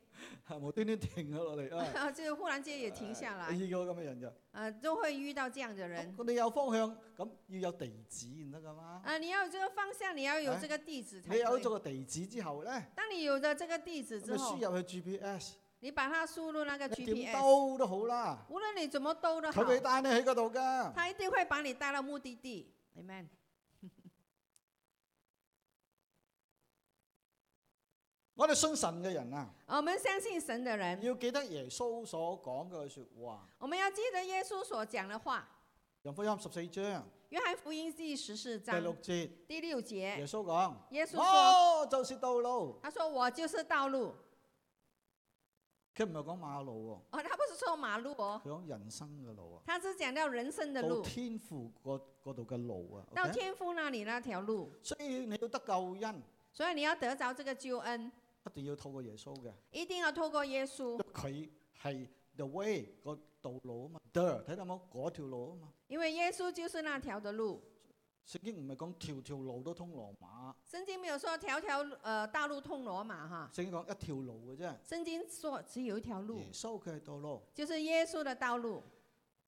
[SPEAKER 2] 無端端停咗落嚟啊！
[SPEAKER 1] 啊，就忽然间 也停下
[SPEAKER 2] 你
[SPEAKER 1] 来，
[SPEAKER 2] 遇過咁嘅人就。
[SPEAKER 1] 呃，都会遇到这样的人。
[SPEAKER 2] 咁你有方向，咁要有地址先得噶嘛。
[SPEAKER 1] 啊，你要有这个方向，你要有
[SPEAKER 2] 哎
[SPEAKER 1] 这个地址才
[SPEAKER 2] 你有
[SPEAKER 1] 可以
[SPEAKER 2] 咗。個地址之後咧，
[SPEAKER 1] 当你有了这个地址
[SPEAKER 2] 咁
[SPEAKER 1] 之
[SPEAKER 2] 你
[SPEAKER 1] 后，
[SPEAKER 2] 輸入去 GPS，
[SPEAKER 1] 你把它输入那个
[SPEAKER 2] 你
[SPEAKER 1] GPS，
[SPEAKER 2] 點兜都好啦。
[SPEAKER 1] 无论你怎么兜都好
[SPEAKER 2] 佢，俾單你喺嗰度噶。
[SPEAKER 1] 它一定会把你带到目的地。Amen。
[SPEAKER 2] 我哋信神嘅人啊，
[SPEAKER 1] 我们相信神的人，
[SPEAKER 2] 要記得耶穌所講嘅説話。
[SPEAKER 1] 我们要记得耶稣所讲的话。
[SPEAKER 2] 《人福音》十四章
[SPEAKER 1] 约翰福音第十四
[SPEAKER 2] 第六
[SPEAKER 1] 章
[SPEAKER 2] 節，
[SPEAKER 1] 第六节，
[SPEAKER 2] 耶穌講：
[SPEAKER 1] 耶稣说
[SPEAKER 2] 我就是道路。：“
[SPEAKER 1] 他说我就是道路。
[SPEAKER 2] 佢唔係講馬路”
[SPEAKER 1] 哦，他不是说马路哦，
[SPEAKER 2] 喎，佢講人生嘅路啊，
[SPEAKER 1] 他是讲到人生的
[SPEAKER 2] 到
[SPEAKER 1] 路，
[SPEAKER 2] 天父嗰嗰度嘅路啊。
[SPEAKER 1] 到
[SPEAKER 2] OK？
[SPEAKER 1] 哦天父那里那条路。
[SPEAKER 2] 所以你要得救恩，
[SPEAKER 1] 所以你要得着这个救恩，
[SPEAKER 2] 一定要透過耶穌嘅。
[SPEAKER 1] 一定要透过耶稣，
[SPEAKER 2] 佢係 the way 個道路啊嘛，the 睇到冇嗰條路啊嘛。
[SPEAKER 1] 因为耶稣就是那条的路。
[SPEAKER 2] 聖經唔係講條條路都通羅馬，
[SPEAKER 1] 圣经没有说条条呃大路通罗马哈，
[SPEAKER 2] 聖經講一條路嘅啫。
[SPEAKER 1] 圣经说只有一条路，
[SPEAKER 2] 耶穌佢係道路，
[SPEAKER 1] 就是耶稣的道路。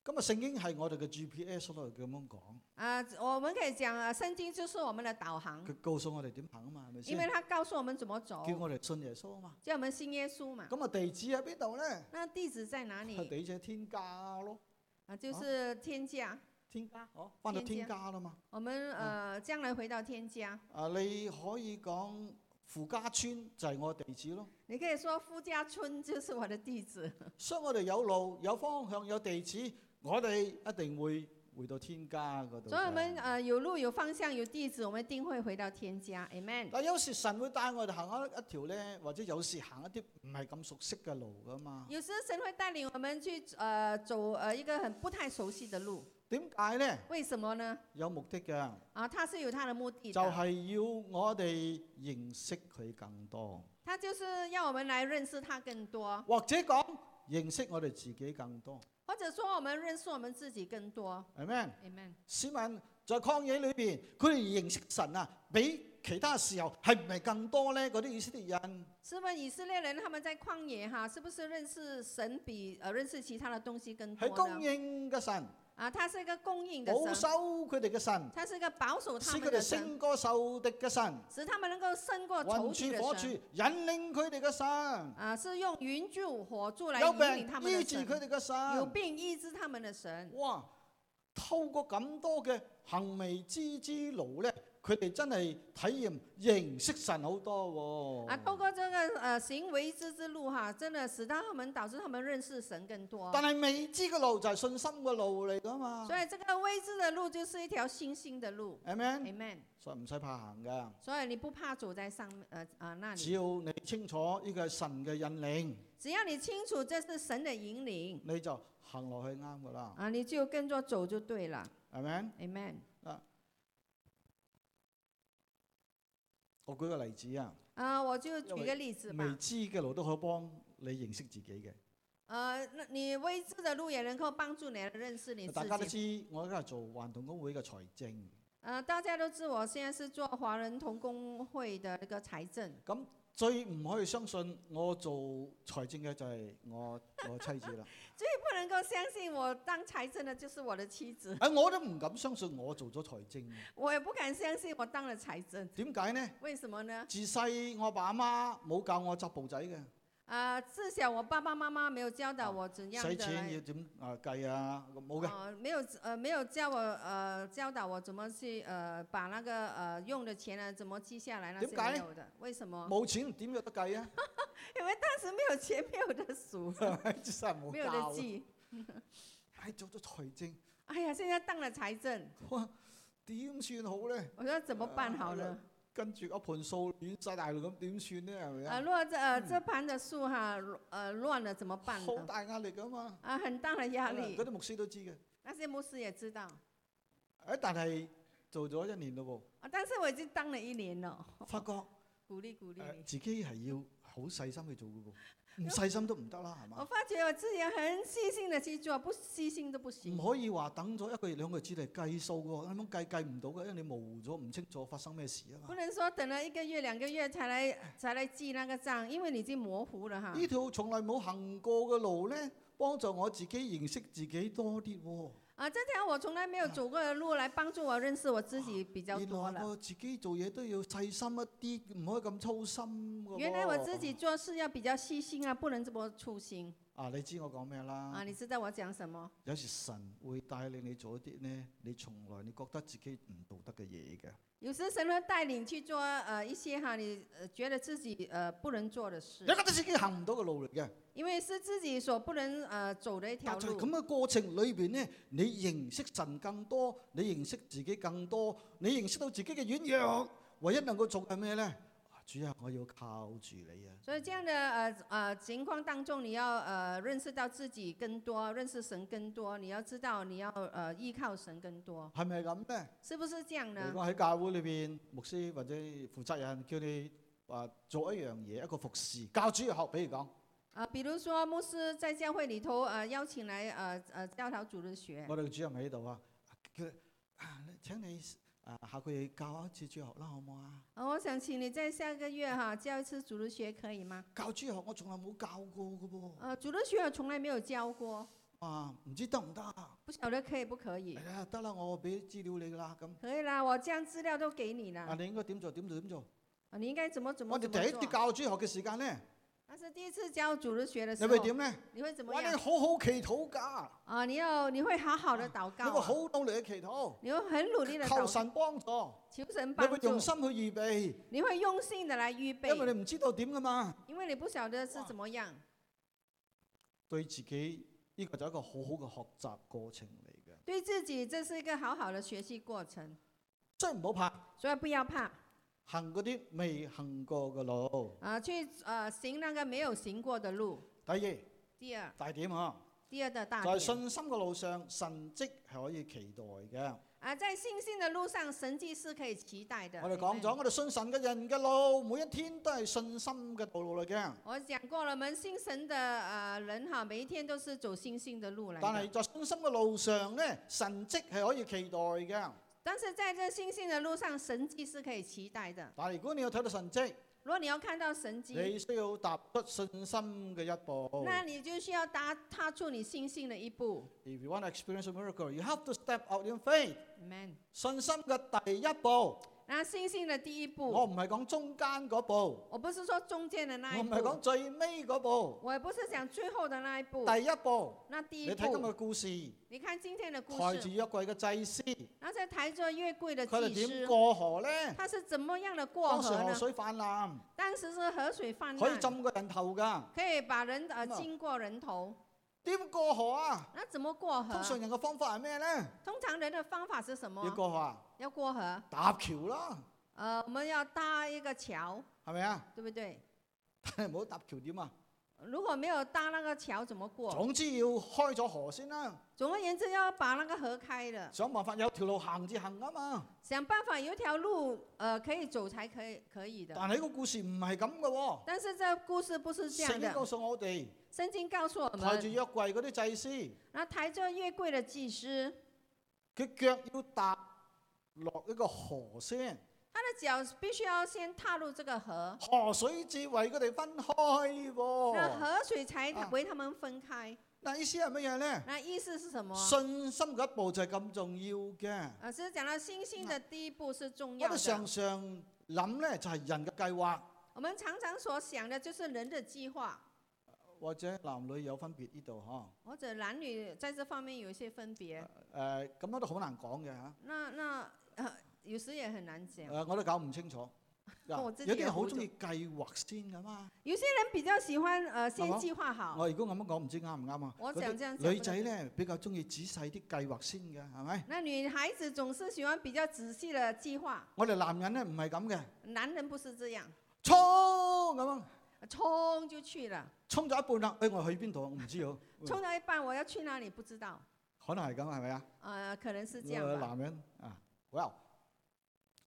[SPEAKER 2] 咁啊聖經係我哋嘅 GPS 咯，咁樣講，
[SPEAKER 1] 啊、我们可以讲啊，圣經就是我们的導航，
[SPEAKER 2] 佢告訴我哋點行啊嘛，係咪
[SPEAKER 1] 因為
[SPEAKER 2] 先？
[SPEAKER 1] 它告訴我們怎么走，
[SPEAKER 2] 叫我哋信耶穌啊嘛。
[SPEAKER 1] 叫我們信耶穌嘛。
[SPEAKER 2] 咁啊地址喺邊度咧？
[SPEAKER 1] 那地址在哪
[SPEAKER 2] 係
[SPEAKER 1] 里？
[SPEAKER 2] 地址喺天家咯，
[SPEAKER 1] 啊，就是天家。
[SPEAKER 2] 天家哦，翻到天
[SPEAKER 1] 天家
[SPEAKER 2] 家啦嘛。
[SPEAKER 1] 我們呃，將來回到天家，
[SPEAKER 2] 啊，你可以講傅家村就係我嘅地址咯。
[SPEAKER 1] 你可以說夫家村就是我的地址。
[SPEAKER 2] 所以我哋有路、有方向、有地址，我哋一定會回到天家嗰度㗎。
[SPEAKER 1] 所以我们呃有路有方向有地址，我们一定会回到天家，amen。
[SPEAKER 2] 但有時神會帶我哋行一一條咧，或者有時行一啲唔係咁熟悉嘅路噶嘛。
[SPEAKER 1] 有时神会带领我们去呃走呃一个很不太熟悉的路，
[SPEAKER 2] 點解咧？
[SPEAKER 1] 为什么呢？
[SPEAKER 2] 有目的嘅，
[SPEAKER 1] 啊，他是有他的目的
[SPEAKER 2] 就
[SPEAKER 1] 的，
[SPEAKER 2] 係要我哋認識佢更多，
[SPEAKER 1] 他就是要我们来认识他更多，
[SPEAKER 2] 或者講認識我哋自己更多，
[SPEAKER 1] 或者说我们认识我们自己更多
[SPEAKER 2] 係咪？
[SPEAKER 1] ，amen。
[SPEAKER 2] 市民在曠野裏邊，佢哋認識神啊，比其他時候係唔係更多咧？嗰啲以色列人，
[SPEAKER 1] 试问以色列人他们在旷野哈，是不是认识神比呃认识其他的东西更
[SPEAKER 2] 係
[SPEAKER 1] 多
[SPEAKER 2] 供
[SPEAKER 1] 呢？
[SPEAKER 2] 應嘅神，
[SPEAKER 1] 啊，他是一个供应的
[SPEAKER 2] 保
[SPEAKER 1] 神，
[SPEAKER 2] 守佢哋嘅神，
[SPEAKER 1] 他是一个保守他
[SPEAKER 2] 使
[SPEAKER 1] 们
[SPEAKER 2] 佢
[SPEAKER 1] 的
[SPEAKER 2] 哋
[SPEAKER 1] 神，
[SPEAKER 2] 勝過仇敵嘅神。
[SPEAKER 1] 使他们能够胜过仇
[SPEAKER 2] 雲
[SPEAKER 1] 敌
[SPEAKER 2] 柱
[SPEAKER 1] 的
[SPEAKER 2] 火柱
[SPEAKER 1] 神。
[SPEAKER 2] 引領佢哋嘅神，
[SPEAKER 1] 啊，是用云柱火柱来
[SPEAKER 2] 有
[SPEAKER 1] 引领他
[SPEAKER 2] 病
[SPEAKER 1] 们的
[SPEAKER 2] 醫治佢
[SPEAKER 1] 神，
[SPEAKER 2] 哋嘅啊
[SPEAKER 1] 有
[SPEAKER 2] 神。
[SPEAKER 1] 病医治他们的神。
[SPEAKER 2] 哇！透過咁多嘅行為之之勞咧，佢哋真係體驗認識神好多喎、
[SPEAKER 1] 啊，透过这个呃行为之之路哈，真的使到他们导致他们认识神更多。
[SPEAKER 2] 但係未知嘅路就係信心嘅路嚟㗎嘛，
[SPEAKER 1] 所以这个未知的路就是一条新兴的路
[SPEAKER 2] 係咪？
[SPEAKER 1] ，amen。
[SPEAKER 2] 所以唔使怕行㗎。
[SPEAKER 1] 所以你不怕走在上面呃啊那
[SPEAKER 2] 只
[SPEAKER 1] 里，
[SPEAKER 2] 要你清楚呢個係神嘅引領，
[SPEAKER 1] 只要你清楚这是神的引领
[SPEAKER 2] 你就行落去啱㗎啦，
[SPEAKER 1] 啊，你就跟着走就对了
[SPEAKER 2] 係咪？
[SPEAKER 1] ，amen。
[SPEAKER 2] 我舉個例子啊，
[SPEAKER 1] 啊，我就举
[SPEAKER 2] 因为
[SPEAKER 1] 个例子
[SPEAKER 2] 未
[SPEAKER 1] 吧。
[SPEAKER 2] 知嘅路都可以幫你認識自己嘅。
[SPEAKER 1] 呃，那你未知的路也能够帮助你来认识你自
[SPEAKER 2] 大家都
[SPEAKER 1] 己。
[SPEAKER 2] 知，我而家係做環同工會嘅財政，
[SPEAKER 1] 呃，大家都知我现在是做华人同工会的那个财政，
[SPEAKER 2] 咁最唔可以相信我做財政嘅就係我 我妻子啦。
[SPEAKER 1] 所以不能够相信我当财政的就是我的妻子，
[SPEAKER 2] 啊，我都唔敢相信我做咗財政，
[SPEAKER 1] 我也不敢相信我当了财政，
[SPEAKER 2] 點解呢？
[SPEAKER 1] 为什么呢？
[SPEAKER 2] 自細我阿爸阿媽冇教我執簿仔嘅，
[SPEAKER 1] 啊、自小我爸爸妈妈没有教导我怎样的
[SPEAKER 2] 使錢
[SPEAKER 1] 来，
[SPEAKER 2] 要點啊計啊，冇嘅。
[SPEAKER 1] 呃，没有呃没有教我呃教导我怎么去呃把那个呃用的钱呢怎么记下来那
[SPEAKER 2] 点
[SPEAKER 1] 是
[SPEAKER 2] 解
[SPEAKER 1] 没有的，为什么？
[SPEAKER 2] 冇錢點有得計啊？
[SPEAKER 1] 因为当时没有钱，没有的数，
[SPEAKER 2] 真係冇
[SPEAKER 1] 没有的
[SPEAKER 2] 教。啊
[SPEAKER 1] 记。
[SPEAKER 2] 唉，做咗財政，
[SPEAKER 1] 哎呀，现在当了财政，
[SPEAKER 2] 哇，點算好咧？
[SPEAKER 1] 我说怎么办好呢？
[SPEAKER 2] 跟住一盤數亂晒大路咁，點算咧？係咪
[SPEAKER 1] 啊，
[SPEAKER 2] 啊？
[SPEAKER 1] 如果这呃这盘的数哈呃乱了怎么办
[SPEAKER 2] 好
[SPEAKER 1] 呢？
[SPEAKER 2] 大壓力噶嘛。
[SPEAKER 1] 啊，很大的压力
[SPEAKER 2] 嗰。啲牧師都知嘅。
[SPEAKER 1] 那些牧师也知道
[SPEAKER 2] 誒，但係做咗一年咯
[SPEAKER 1] 啊，但是我已经当了一年了，
[SPEAKER 2] 喎，發覺誒、
[SPEAKER 1] 鼓励鼓励你。
[SPEAKER 2] 自己係要好細心去做嘅喎，
[SPEAKER 1] 嗯
[SPEAKER 2] 唔細心都唔得啦，係
[SPEAKER 1] 我
[SPEAKER 2] 嘛？
[SPEAKER 1] 发觉我哦自己很细心的去做，不细心都不
[SPEAKER 2] 唔
[SPEAKER 1] 行。
[SPEAKER 2] 可以話等咗一個月兩個月之嚟計數嘅喎，咁樣
[SPEAKER 1] 嗯
[SPEAKER 2] 計計唔到嘅，因為你模糊咗，唔清楚發生咩事啊
[SPEAKER 1] 不
[SPEAKER 2] 嘛。
[SPEAKER 1] 能说等了一个月、两个月才来才来记那个账，因为你已经模糊了哈。
[SPEAKER 2] 呢條從來冇行過嘅路咧，幫助我自己認識自己多啲喎。
[SPEAKER 1] 啊，这条我从来没有走过的路来帮助我认识我自己比较
[SPEAKER 2] 原
[SPEAKER 1] 多
[SPEAKER 2] 來
[SPEAKER 1] 了。
[SPEAKER 2] 我自己做嘢都要細心一啲，唔可以咁粗心嘅喎。
[SPEAKER 1] 原来我自己做事要比较细心啊，不能这么粗心
[SPEAKER 2] 啊，你知我講咩啦？
[SPEAKER 1] 啊。你知道我讲什么？
[SPEAKER 2] 有時神會帶領你做一啲呢，你從來你覺得自己唔道德嘅嘢嘅。
[SPEAKER 1] 有时神会带领去做呃一些哈，你呃觉得自己呃不能做的事
[SPEAKER 2] 你，覺得自己行唔到嘅路嚟嘅，
[SPEAKER 1] 因为是自己所不能呃走的一条
[SPEAKER 2] 但係
[SPEAKER 1] 路
[SPEAKER 2] 咁。嘅過程裏邊呢，你認識神更多，你認識自己更多，你認識到自己嘅軟弱，唯一能夠做嘅係咩呢？啊主啊，我要靠住你啊！
[SPEAKER 1] 所以这样的呃呃情况当中，你要呃认识到自己更多，认识神更多。你要知道，你要呃依靠神更多，
[SPEAKER 2] 係咪咁呢？
[SPEAKER 1] 是不是这样
[SPEAKER 2] 如
[SPEAKER 1] 呢？
[SPEAKER 2] 果喺教會裏邊，牧師或者負責人叫你啊做一樣嘢，一個服侍，教主學，比如講，
[SPEAKER 1] 啊、比如说牧师在教会里头呃邀请来呃呃教导主日学，
[SPEAKER 2] 我哋嘅主任喺度啊，叫佢啊，你請你啊下個月教一次主日學啦，好唔好啊？
[SPEAKER 1] 啊，我想请你在下个月哈、教一次主日学，可以吗？
[SPEAKER 2] 教主日學我從來冇教過嘅噃，
[SPEAKER 1] 呃，主日学我从来没有教过，
[SPEAKER 2] 啊唔知得唔得啊？
[SPEAKER 1] 不晓得可以不可以
[SPEAKER 2] 哎？呀，得啦，我俾資料你啦，咁
[SPEAKER 1] 可以啦，我将資料都给你
[SPEAKER 2] 啊，
[SPEAKER 1] 了，
[SPEAKER 2] 你應該點做點做點做。
[SPEAKER 1] 啊你应该怎么怎么
[SPEAKER 2] 我哋
[SPEAKER 1] 怎
[SPEAKER 2] 第
[SPEAKER 1] 么
[SPEAKER 2] 一啲
[SPEAKER 1] 做。
[SPEAKER 2] 教主學嘅時間咧，
[SPEAKER 1] 但是第一次教主日学的时
[SPEAKER 2] 你
[SPEAKER 1] 候
[SPEAKER 2] 會，點咧？
[SPEAKER 1] 你会怎么
[SPEAKER 2] 哇，你
[SPEAKER 1] 样？
[SPEAKER 2] 好好祈禱㗎，
[SPEAKER 1] 啊，你要你会好好的祷
[SPEAKER 2] 你
[SPEAKER 1] 告、
[SPEAKER 2] 會
[SPEAKER 1] 啊
[SPEAKER 2] 好，努力嘅祈禱，
[SPEAKER 1] 你会很努力的祷
[SPEAKER 2] 求
[SPEAKER 1] 告，
[SPEAKER 2] 神幫助，
[SPEAKER 1] 求神
[SPEAKER 2] 你
[SPEAKER 1] 帮
[SPEAKER 2] 會
[SPEAKER 1] 助
[SPEAKER 2] 用，心去預備，
[SPEAKER 1] 你会用心的来预备，
[SPEAKER 2] 因為你唔知道點㗎嘛，
[SPEAKER 1] 因为你不晓得是怎么样，
[SPEAKER 2] 對自己呢、個就一個好好嘅學習過程嚟嘅，
[SPEAKER 1] 对自己这是一个好好的学习过程，
[SPEAKER 2] 真係唔好怕，
[SPEAKER 1] 所以不要怕
[SPEAKER 2] 行嗰啲未行過嘅路。
[SPEAKER 1] 啊，去呃行那个没有行过的路。
[SPEAKER 2] 第二
[SPEAKER 1] 第二，
[SPEAKER 2] 大點啊，
[SPEAKER 1] 第二的大
[SPEAKER 2] 就係
[SPEAKER 1] 点
[SPEAKER 2] 信心嘅路上，神蹟係可以期待嘅。
[SPEAKER 1] 啊，在信心的路上，神迹是可以期待的。
[SPEAKER 2] 我哋講咗，我哋信神嘅人嘅路，每一天都係信心嘅道路嚟嘅。
[SPEAKER 1] 我讲过了，门信神的呃人哈，每一天都是走信心的路来
[SPEAKER 2] 但
[SPEAKER 1] 的
[SPEAKER 2] 係。在信心嘅路上咧，神蹟係可以期待嘅。
[SPEAKER 1] 但是在这信心的路上，神迹是可以期待的。
[SPEAKER 2] 但係如果你要睇到神蹟，
[SPEAKER 1] 如果你要看到神迹，
[SPEAKER 2] 你需要踏出信心嘅一步。
[SPEAKER 1] 那你就需要踏踏出你信心的一步。
[SPEAKER 2] If you want to experience a miracle, you have to step out in faith。
[SPEAKER 1] Amen。
[SPEAKER 2] 信心嘅第一步，
[SPEAKER 1] 那信心的第一
[SPEAKER 2] 我
[SPEAKER 1] 步，
[SPEAKER 2] 唔係講中間嗰步，
[SPEAKER 1] 我不是说中间的那
[SPEAKER 2] 我
[SPEAKER 1] 一
[SPEAKER 2] 唔係講
[SPEAKER 1] 步，
[SPEAKER 2] 最尾嗰步，
[SPEAKER 1] 我也不是讲最后的那一步。
[SPEAKER 2] 第一步。
[SPEAKER 1] 那第
[SPEAKER 2] 你
[SPEAKER 1] 一
[SPEAKER 2] 睇今日
[SPEAKER 1] 步，
[SPEAKER 2] 嘅故事，
[SPEAKER 1] 你看今天的故
[SPEAKER 2] 抬住
[SPEAKER 1] 事，
[SPEAKER 2] 約櫃嘅祭司，佢
[SPEAKER 1] 那在抬着月桂的
[SPEAKER 2] 哋
[SPEAKER 1] 祭
[SPEAKER 2] 點
[SPEAKER 1] 司，
[SPEAKER 2] 過河咧？
[SPEAKER 1] 他是怎么样的过
[SPEAKER 2] 當時
[SPEAKER 1] 河
[SPEAKER 2] 河
[SPEAKER 1] 呢？
[SPEAKER 2] 水泛濫，
[SPEAKER 1] 当时是河水泛
[SPEAKER 2] 可以
[SPEAKER 1] 滥，
[SPEAKER 2] 浸個人頭㗎。
[SPEAKER 1] 可以把人呃
[SPEAKER 2] 咁啊
[SPEAKER 1] 经过人头。
[SPEAKER 2] 點過河啊？
[SPEAKER 1] 那怎么过河
[SPEAKER 2] 通？常人嘅方法係咩咧？
[SPEAKER 1] 通常人的方法是什
[SPEAKER 2] 要
[SPEAKER 1] 么？
[SPEAKER 2] 過河啊，
[SPEAKER 1] 要过河，
[SPEAKER 2] 搭橋啦，
[SPEAKER 1] 呃，我们要搭一个桥，
[SPEAKER 2] 係咪啊？
[SPEAKER 1] 对不对？
[SPEAKER 2] 但係唔好搭橋點啊？
[SPEAKER 1] 如果没有搭那个桥，怎么过？
[SPEAKER 2] 總之要開咗河先啦，
[SPEAKER 1] 总而言之，要把那个河开了，
[SPEAKER 2] 想辦法有條路行至行啊嘛。
[SPEAKER 1] 想办法有一条路，呃，可以走才可以可以的。
[SPEAKER 2] 但係呢個故事唔係咁嘅
[SPEAKER 1] 但是这故事不是
[SPEAKER 2] 喎，
[SPEAKER 1] 这
[SPEAKER 2] 聖
[SPEAKER 1] 样
[SPEAKER 2] 經告
[SPEAKER 1] 的。
[SPEAKER 2] 訴我哋，
[SPEAKER 1] 圣经告诉我
[SPEAKER 2] 抬住
[SPEAKER 1] 们，
[SPEAKER 2] 約櫃嗰啲祭司，
[SPEAKER 1] 那抬着月桂的祭司，
[SPEAKER 2] 佢腳要踏落一個河先，
[SPEAKER 1] 他的脚必须要先踏入这个河，
[SPEAKER 2] 河水至為佢哋分開
[SPEAKER 1] 那
[SPEAKER 2] 喎。
[SPEAKER 1] 河水才
[SPEAKER 2] 啊
[SPEAKER 1] 为他们分开。
[SPEAKER 2] 嗱，意思係乜嘢咧？
[SPEAKER 1] 那意思是什么？
[SPEAKER 2] 信心嘅一步就係咁重要嘅。
[SPEAKER 1] 老师讲到信心的第一步是重
[SPEAKER 2] 我
[SPEAKER 1] 要
[SPEAKER 2] 哋
[SPEAKER 1] 的
[SPEAKER 2] 常。常諗咧就係、人嘅計劃，
[SPEAKER 1] 我们常常所想的就是人的计划，
[SPEAKER 2] 或者男女有分別呢度嗬。
[SPEAKER 1] 或者男女在这方面有一些分
[SPEAKER 2] 誒
[SPEAKER 1] 别。
[SPEAKER 2] 咁樣都好難講嘅嚇。
[SPEAKER 1] 那那呃，有时也很难讲
[SPEAKER 2] 誒、。我都搞唔清楚。嗱
[SPEAKER 1] 嗯 我自己
[SPEAKER 2] 有啲人
[SPEAKER 1] 又
[SPEAKER 2] 好
[SPEAKER 1] 糊
[SPEAKER 2] 中意計劃先噶嘛。
[SPEAKER 1] 有些人比较喜欢呃
[SPEAKER 2] 好
[SPEAKER 1] 先
[SPEAKER 2] 啊
[SPEAKER 1] 计划好，
[SPEAKER 2] 我如果咁樣講，唔知啱唔啱啊？
[SPEAKER 1] 我
[SPEAKER 2] 嗰
[SPEAKER 1] 想
[SPEAKER 2] 啲
[SPEAKER 1] 這樣想
[SPEAKER 2] 女
[SPEAKER 1] 不
[SPEAKER 2] 仔
[SPEAKER 1] 能
[SPEAKER 2] 咧比較中意仔細啲計劃先嘅，係咪？
[SPEAKER 1] 那女孩子总是喜欢比较仔细的计划，
[SPEAKER 2] 我哋男人咧唔係咁嘅，
[SPEAKER 1] 男人不是这样，
[SPEAKER 2] 衝咁樣，
[SPEAKER 1] 冲就去了，
[SPEAKER 2] 衝咗一半啦。誒、我去邊度啊？我唔知喎。喂
[SPEAKER 1] 冲到一半我要去哪里不知道，
[SPEAKER 2] 可能係咁，係咪啊？
[SPEAKER 1] 呃，可能是这
[SPEAKER 2] 呃
[SPEAKER 1] 样吧。
[SPEAKER 2] 男人啊，well，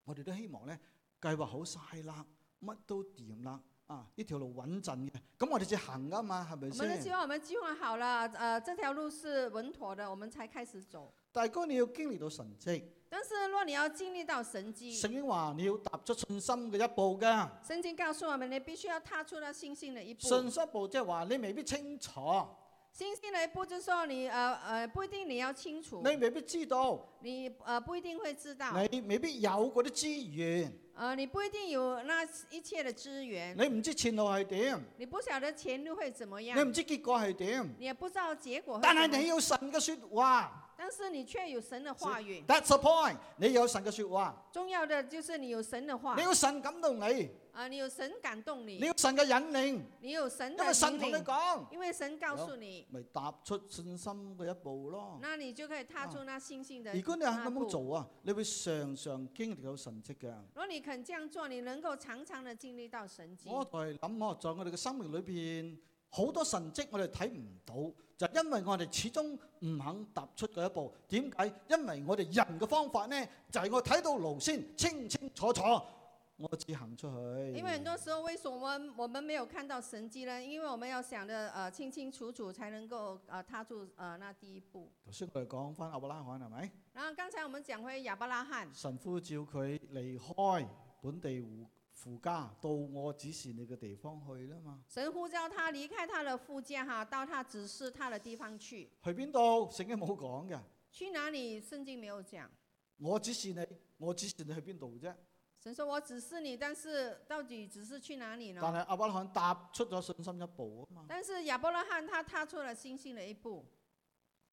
[SPEAKER 2] 我哋都希望咧計劃好晒啦，乜都掂啦，啊呢條路穩陣嘅，咁我哋至行噶嘛，係咪
[SPEAKER 1] 我们是希
[SPEAKER 2] 先？
[SPEAKER 1] 望我们计划好了，呃，这条路是稳妥的，我们才开始走。
[SPEAKER 2] 但係如果你要經歷到神蹟，
[SPEAKER 1] 但是若你要经历到神迹，
[SPEAKER 2] 聖經話你要踏出信心嘅一步㗎。
[SPEAKER 1] 圣经告诉我们，你必须要踏出了信心的一步。
[SPEAKER 2] 信心一步即係話你未必清楚，
[SPEAKER 1] 信心的一步就是说你呃呃不一定你要清楚，
[SPEAKER 2] 你未必知道，
[SPEAKER 1] 你呃不一定会知道，
[SPEAKER 2] 你未必有嗰啲資源，
[SPEAKER 1] 呃你不一定有那一切的资源，
[SPEAKER 2] 你唔知前路係點，
[SPEAKER 1] 你不晓得前路会怎么
[SPEAKER 2] 你
[SPEAKER 1] 样，
[SPEAKER 2] 唔知結果係點，
[SPEAKER 1] 你也不知道结果会
[SPEAKER 2] 但
[SPEAKER 1] 怎么
[SPEAKER 2] 係
[SPEAKER 1] 样。
[SPEAKER 2] 你要神嘅説話
[SPEAKER 1] 但是你却有神的话语，
[SPEAKER 2] ，that's the point，你有神嘅説話。
[SPEAKER 1] 重要的就是你有神的话
[SPEAKER 2] 你，要神感動你，
[SPEAKER 1] 啊你有神感动
[SPEAKER 2] 你
[SPEAKER 1] 你，
[SPEAKER 2] 要神嘅引領，
[SPEAKER 1] 你有神
[SPEAKER 2] 因
[SPEAKER 1] 的
[SPEAKER 2] 為神
[SPEAKER 1] 引
[SPEAKER 2] 同你
[SPEAKER 1] 领，
[SPEAKER 2] 講，
[SPEAKER 1] 因为神告诉你，
[SPEAKER 2] 咪踏出信心嘅一步咯。
[SPEAKER 1] 那你就可以踏出那信心的
[SPEAKER 2] 如哦果你肯
[SPEAKER 1] 那
[SPEAKER 2] 咁樣
[SPEAKER 1] 步。
[SPEAKER 2] 做啊，你會常常經歷到神蹟嘅。
[SPEAKER 1] 如果你肯这样做，你能够常常的经历到神迹。
[SPEAKER 2] 我就係諗我在我哋嘅生命裏邊，好多神蹟我哋睇唔到，就因為我哋始終唔肯踏出嗰一步。點解？因為我哋人嘅方法呢，就係、我睇到路先，清清楚楚，我只行出去。
[SPEAKER 1] 因为很多时候，为什么我们没有看到神迹呢？因为我们要想的呃清清楚楚，才能够呃踏出呃那第一步。
[SPEAKER 2] 頭先我哋講翻亞伯拉罕係咪？
[SPEAKER 1] 然后刚才我们讲回亚伯拉罕，
[SPEAKER 2] 神呼召佢離開本地户父家，到我指示你嘅地方去啦嘛。
[SPEAKER 1] 神呼召他离开他的父家哈，到他指示他的地方去。
[SPEAKER 2] 去邊度？聖經冇講嘅。
[SPEAKER 1] 去哪里？圣经没有讲。
[SPEAKER 2] 我指示你，我指示你去邊度啫。
[SPEAKER 1] 神说：“我指示你，但是到底指示去哪里
[SPEAKER 2] 但
[SPEAKER 1] 呢
[SPEAKER 2] 係亞伯拉罕踏出咗信心一步啊？”嘛。
[SPEAKER 1] 但是亚伯拉罕他踏出了信心的一步。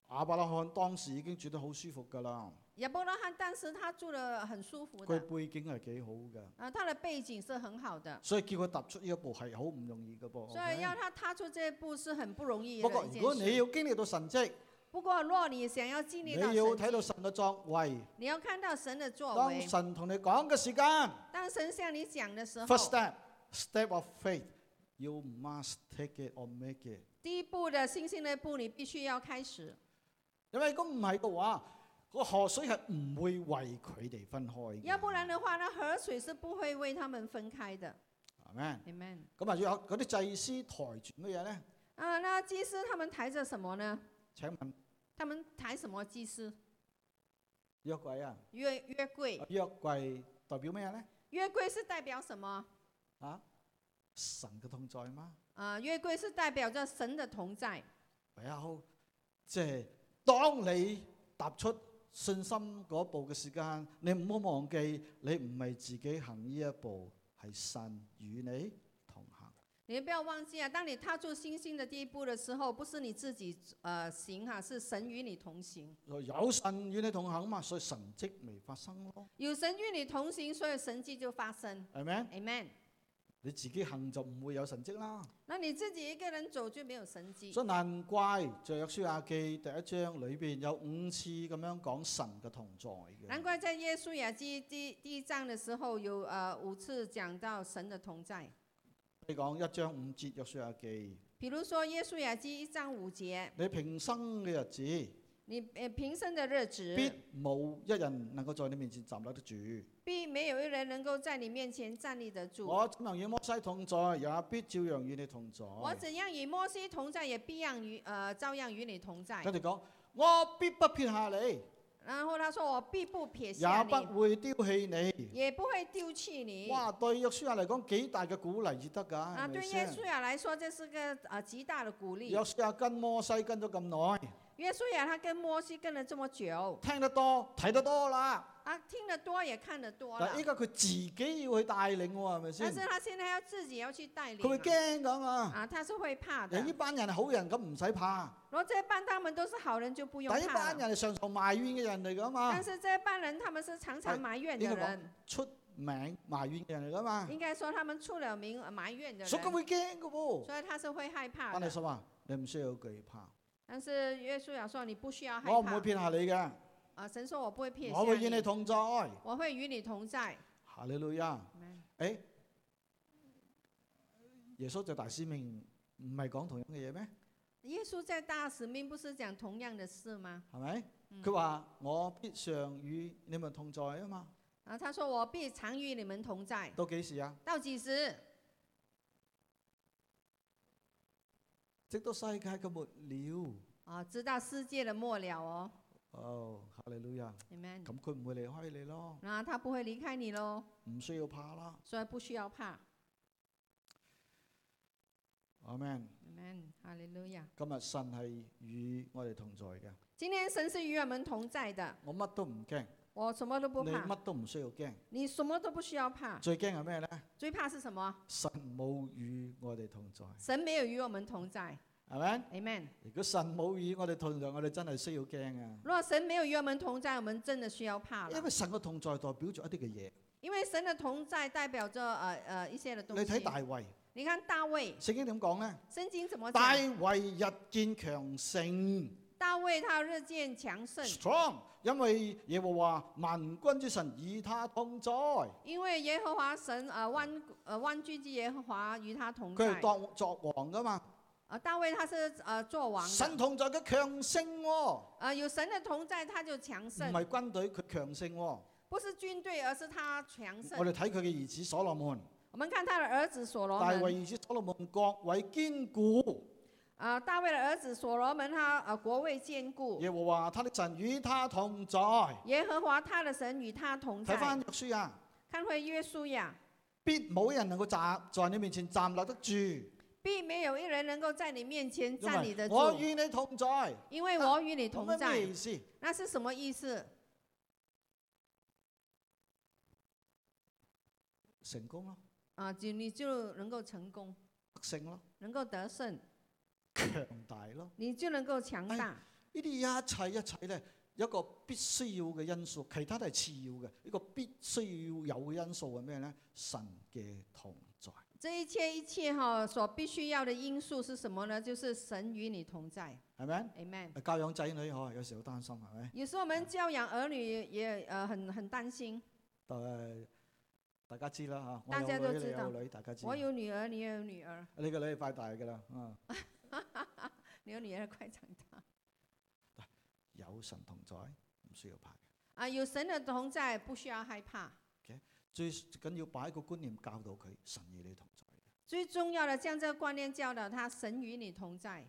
[SPEAKER 2] 亞伯拉罕當時已經住得好舒服㗎啦，
[SPEAKER 1] 亚伯拉罕当时他住得很舒服的，
[SPEAKER 2] 佢背景係幾好㗎，
[SPEAKER 1] 啊，他的背景是很好的，
[SPEAKER 2] 所以叫佢踏出呢一步係好唔容易嘅噃。
[SPEAKER 1] 所以
[SPEAKER 2] OK？
[SPEAKER 1] 要他踏出这一步是很不容易
[SPEAKER 2] 哦不過
[SPEAKER 1] 的一
[SPEAKER 2] 如果
[SPEAKER 1] 件
[SPEAKER 2] 你
[SPEAKER 1] 事。
[SPEAKER 2] 要經歷到神蹟，
[SPEAKER 1] 不過，若你想要经
[SPEAKER 2] 你
[SPEAKER 1] 历
[SPEAKER 2] 要
[SPEAKER 1] 到
[SPEAKER 2] 睇到
[SPEAKER 1] 神迹，
[SPEAKER 2] 神嘅作為。
[SPEAKER 1] 你要看到神的作
[SPEAKER 2] 當
[SPEAKER 1] 為。
[SPEAKER 2] 神同你講嘅時間
[SPEAKER 1] 当神向你讲的时候，
[SPEAKER 2] ，first step step of faith，you must take it or make it。
[SPEAKER 1] 第一步的信心的一步，你必须要开始，
[SPEAKER 2] 因為如果唔係嘅話，個河水係唔會為佢哋分開
[SPEAKER 1] 要不
[SPEAKER 2] 嘅。
[SPEAKER 1] 然的话，那河水是不会为他们分开的。
[SPEAKER 2] 係咪？
[SPEAKER 1] Amen。
[SPEAKER 2] 咁啊，有嗰啲祭司抬住乜嘢咧？
[SPEAKER 1] 啊，那祭司他们抬着什么呢？
[SPEAKER 2] 請問
[SPEAKER 1] 他们抬什么祭司？
[SPEAKER 2] 約櫃啊？
[SPEAKER 1] 约约柜，
[SPEAKER 2] 約櫃代表咩咧？
[SPEAKER 1] 约柜是代表什么？
[SPEAKER 2] 啊，神嘅同在嗎？
[SPEAKER 1] 啊，约柜是代表着神的同在。
[SPEAKER 2] 唯有即係當你踏出信心嗰一步嘅時間，你唔好忘記，你唔係自己行呢一步，係神與你同行。
[SPEAKER 1] 你不要忘记啊，当你踏出星星的第一步的时候，不是你自己呃行哈、是神与你同行。
[SPEAKER 2] 所以哦有神與你同行嘛，所以神蹟未發生咯，
[SPEAKER 1] 有神与你同行，所以神迹就发生。
[SPEAKER 2] 係咪？
[SPEAKER 1] Amen。
[SPEAKER 2] 你自己行就唔會有神蹟啦。
[SPEAKER 1] 那你自己一个人走就沒有神迹，
[SPEAKER 2] 所以難怪在約書亞記第一章裏邊有五次咁樣講神嘅同在
[SPEAKER 1] 难
[SPEAKER 2] 嘅。
[SPEAKER 1] 怪在耶稣雅记第第一章的时候有呃五次讲到神的同在。
[SPEAKER 2] 你講一章五節約書亞記，
[SPEAKER 1] 比如说耶稣雅记一章五节，
[SPEAKER 2] 你平生嘅日子。
[SPEAKER 1] 你呃平生的日子
[SPEAKER 2] 必冇一人能夠在你面前站立得住。
[SPEAKER 1] 必没有一人能够在你面前站立得住。
[SPEAKER 2] 我怎能與摩西同在，也必照樣與你同在。
[SPEAKER 1] 我怎样与摩西同在，也必样与呃照样与你同在
[SPEAKER 2] 跟。住講，我必不撇下你，
[SPEAKER 1] 然后他说：“我必不撇下
[SPEAKER 2] 也
[SPEAKER 1] 你，
[SPEAKER 2] 不會丟棄你。
[SPEAKER 1] 也不會丟棄你。”
[SPEAKER 2] 哇！對約書亞嚟講幾大嘅鼓勵至得㗎，
[SPEAKER 1] 啊，
[SPEAKER 2] 係咪
[SPEAKER 1] 对耶
[SPEAKER 2] 先
[SPEAKER 1] 稣？亚来说，这是个呃极大的鼓励
[SPEAKER 2] 約。書亞跟摩西跟咗咁耐，
[SPEAKER 1] 耶稣亚他跟摩西跟了这么久，
[SPEAKER 2] 聽得多，睇得多啦。
[SPEAKER 1] 啊，聽得多也看得多
[SPEAKER 2] 但
[SPEAKER 1] 了
[SPEAKER 2] 係依，家佢自己要去帶領喎，係咪
[SPEAKER 1] 但
[SPEAKER 2] 先
[SPEAKER 1] 是？他現在要自己要去帶
[SPEAKER 2] 佢
[SPEAKER 1] 領
[SPEAKER 2] 會
[SPEAKER 1] 啊。
[SPEAKER 2] 驚㗎嘛？
[SPEAKER 1] 啊，他是會怕的。
[SPEAKER 2] 呢班人係好人咁唔使怕，
[SPEAKER 1] 然后这班他们都是好人，就不用
[SPEAKER 2] 但呢
[SPEAKER 1] 怕
[SPEAKER 2] 班
[SPEAKER 1] 了。
[SPEAKER 2] 人係常常埋怨嘅人嚟㗎嘛
[SPEAKER 1] 但。是这班人他们是常常埋怨的
[SPEAKER 2] 呢個講
[SPEAKER 1] 人，
[SPEAKER 2] 出名埋怨嘅人嚟㗎嘛。
[SPEAKER 1] 应该說他們出了名呃埋怨的人，
[SPEAKER 2] 所以佢
[SPEAKER 1] 所
[SPEAKER 2] 會驚嘅喎。
[SPEAKER 1] 以他是會害怕
[SPEAKER 2] 但係
[SPEAKER 1] 的。
[SPEAKER 2] 神話你唔需要懼怕，
[SPEAKER 1] 但是耶穌亚说你不需要害
[SPEAKER 2] 我唔會
[SPEAKER 1] 怕，
[SPEAKER 2] 撇下你嘅，
[SPEAKER 1] 啊，神說我不會撇下
[SPEAKER 2] 我會與你
[SPEAKER 1] 你，
[SPEAKER 2] 同在。
[SPEAKER 1] 我會與你同在。
[SPEAKER 2] 哈利路亞！
[SPEAKER 1] Amen
[SPEAKER 2] 誒，耶穌就大使命唔係講同樣嘅嘢咩？
[SPEAKER 1] 耶穌在大使命不是講同樣的事吗？
[SPEAKER 2] 係咪？
[SPEAKER 1] 嗯
[SPEAKER 2] 佢話我必常與你們同在啊嘛。
[SPEAKER 1] 啊，他說我必常與你們同在，
[SPEAKER 2] 到幾時啊？
[SPEAKER 1] 到幾時？
[SPEAKER 2] 直到世界嘅末了。
[SPEAKER 1] 啊，知道世界的末了哦
[SPEAKER 2] 哦，哈利路亞！
[SPEAKER 1] ，Amen。
[SPEAKER 2] 咁佢唔會離開你咯，
[SPEAKER 1] 那他不会离开你喽，
[SPEAKER 2] 唔需要怕啦。
[SPEAKER 1] 所以不需要怕。
[SPEAKER 2] 阿 Man，
[SPEAKER 1] Amen，哈利路亚。
[SPEAKER 2] 今日神係與我哋同在嘅，
[SPEAKER 1] 今天神是与我们同在的，
[SPEAKER 2] 我乜都唔驚。
[SPEAKER 1] 我什么都不
[SPEAKER 2] 你
[SPEAKER 1] 怕，
[SPEAKER 2] 乜都唔需要驚，
[SPEAKER 1] 你什么都不需要怕。
[SPEAKER 2] 最驚係咩咧？
[SPEAKER 1] 最怕是什么？
[SPEAKER 2] 神冇與我哋同在，
[SPEAKER 1] 神没有与我们同在。
[SPEAKER 2] 係咪？
[SPEAKER 1] Amen。
[SPEAKER 2] 如果神冇與我哋同在，我哋真係需要驚啊！
[SPEAKER 1] 若神没有與我們同在，我們真的需要怕
[SPEAKER 2] 因
[SPEAKER 1] 了，
[SPEAKER 2] 為神嘅同在代表咗一啲嘅嘢。
[SPEAKER 1] 因為神的同在代表着呃呃一些的
[SPEAKER 2] 你
[SPEAKER 1] 東
[SPEAKER 2] 睇
[SPEAKER 1] 西。
[SPEAKER 2] 大衛，
[SPEAKER 1] 你看大衛，
[SPEAKER 2] 聖經點講咧？
[SPEAKER 1] 聖經怎麼
[SPEAKER 2] 大
[SPEAKER 1] 講？
[SPEAKER 2] 衛日見強盛
[SPEAKER 1] 大衛他日漸強盛，
[SPEAKER 2] ，strong，因為耶和華萬軍之神與他同在。
[SPEAKER 1] 因為耶和華神呃萬呃萬軍之耶和華與他同
[SPEAKER 2] 佢
[SPEAKER 1] 在
[SPEAKER 2] 係。當作王噶嘛？
[SPEAKER 1] 呃，大衛他是呃做王的
[SPEAKER 2] 神同在嘅強盛喎，
[SPEAKER 1] 呃，有神的同在，他就强
[SPEAKER 2] 唔
[SPEAKER 1] 盛，
[SPEAKER 2] 係軍隊，佢強盛喎。我
[SPEAKER 1] 不是军队，而是他强盛。
[SPEAKER 2] 哋睇佢嘅兒子所羅門。
[SPEAKER 1] 我们看他的儿子所罗
[SPEAKER 2] 大衛
[SPEAKER 1] 门，
[SPEAKER 2] 兒子所羅門國位堅固，
[SPEAKER 1] 啊、大卫的儿子所罗门他呃国位坚固，
[SPEAKER 2] 耶和華他的神與他同在。
[SPEAKER 1] 耶和华他的神与他同在
[SPEAKER 2] 睇。翻約書亞，
[SPEAKER 1] 看回约书亚，
[SPEAKER 2] 必冇人能夠站在你面前站立得住，
[SPEAKER 1] 并没有一人能够在你面前站立
[SPEAKER 2] 因為
[SPEAKER 1] 得
[SPEAKER 2] 我
[SPEAKER 1] 住，
[SPEAKER 2] 與你同在。
[SPEAKER 1] 因为我与你同
[SPEAKER 2] 咁係
[SPEAKER 1] 在
[SPEAKER 2] 咩。意思？
[SPEAKER 1] 那是什么意思？
[SPEAKER 2] 成功咯，
[SPEAKER 1] 啊、就你就能够成功，
[SPEAKER 2] 得勝咯，
[SPEAKER 1] 能够得胜，
[SPEAKER 2] 強大咯。
[SPEAKER 1] 你就能够强
[SPEAKER 2] 哎
[SPEAKER 1] 大。
[SPEAKER 2] 呢啲一切一切咧，有一個必須要嘅因素，其他都係次要嘅。呢個必須要有嘅因素係咩咧？神嘅同在。
[SPEAKER 1] 这一切一切哈、所必须要的因素是什么呢？就是神与你同在
[SPEAKER 2] 係咪？
[SPEAKER 1] ，Amen。
[SPEAKER 2] 教養仔女可能有時好擔心，係咪？
[SPEAKER 1] 有时候我们教养儿女也呃很很担心，
[SPEAKER 2] 但係大家知啦嚇，
[SPEAKER 1] 大
[SPEAKER 2] 我
[SPEAKER 1] 家
[SPEAKER 2] 有
[SPEAKER 1] 都
[SPEAKER 2] 女，你
[SPEAKER 1] 知道
[SPEAKER 2] 有女，大家知
[SPEAKER 1] 我。有女儿，你也有女儿，
[SPEAKER 2] 你個女快大㗎啦，嗯，
[SPEAKER 1] 你有女儿快长大
[SPEAKER 2] 有神同在，唔需要怕。
[SPEAKER 1] 啊！有神的同在，不需要害怕。
[SPEAKER 2] 最緊要擺個觀念教導佢，神與你同在。
[SPEAKER 1] 最重要的，将这个观念教导他，神与你同在。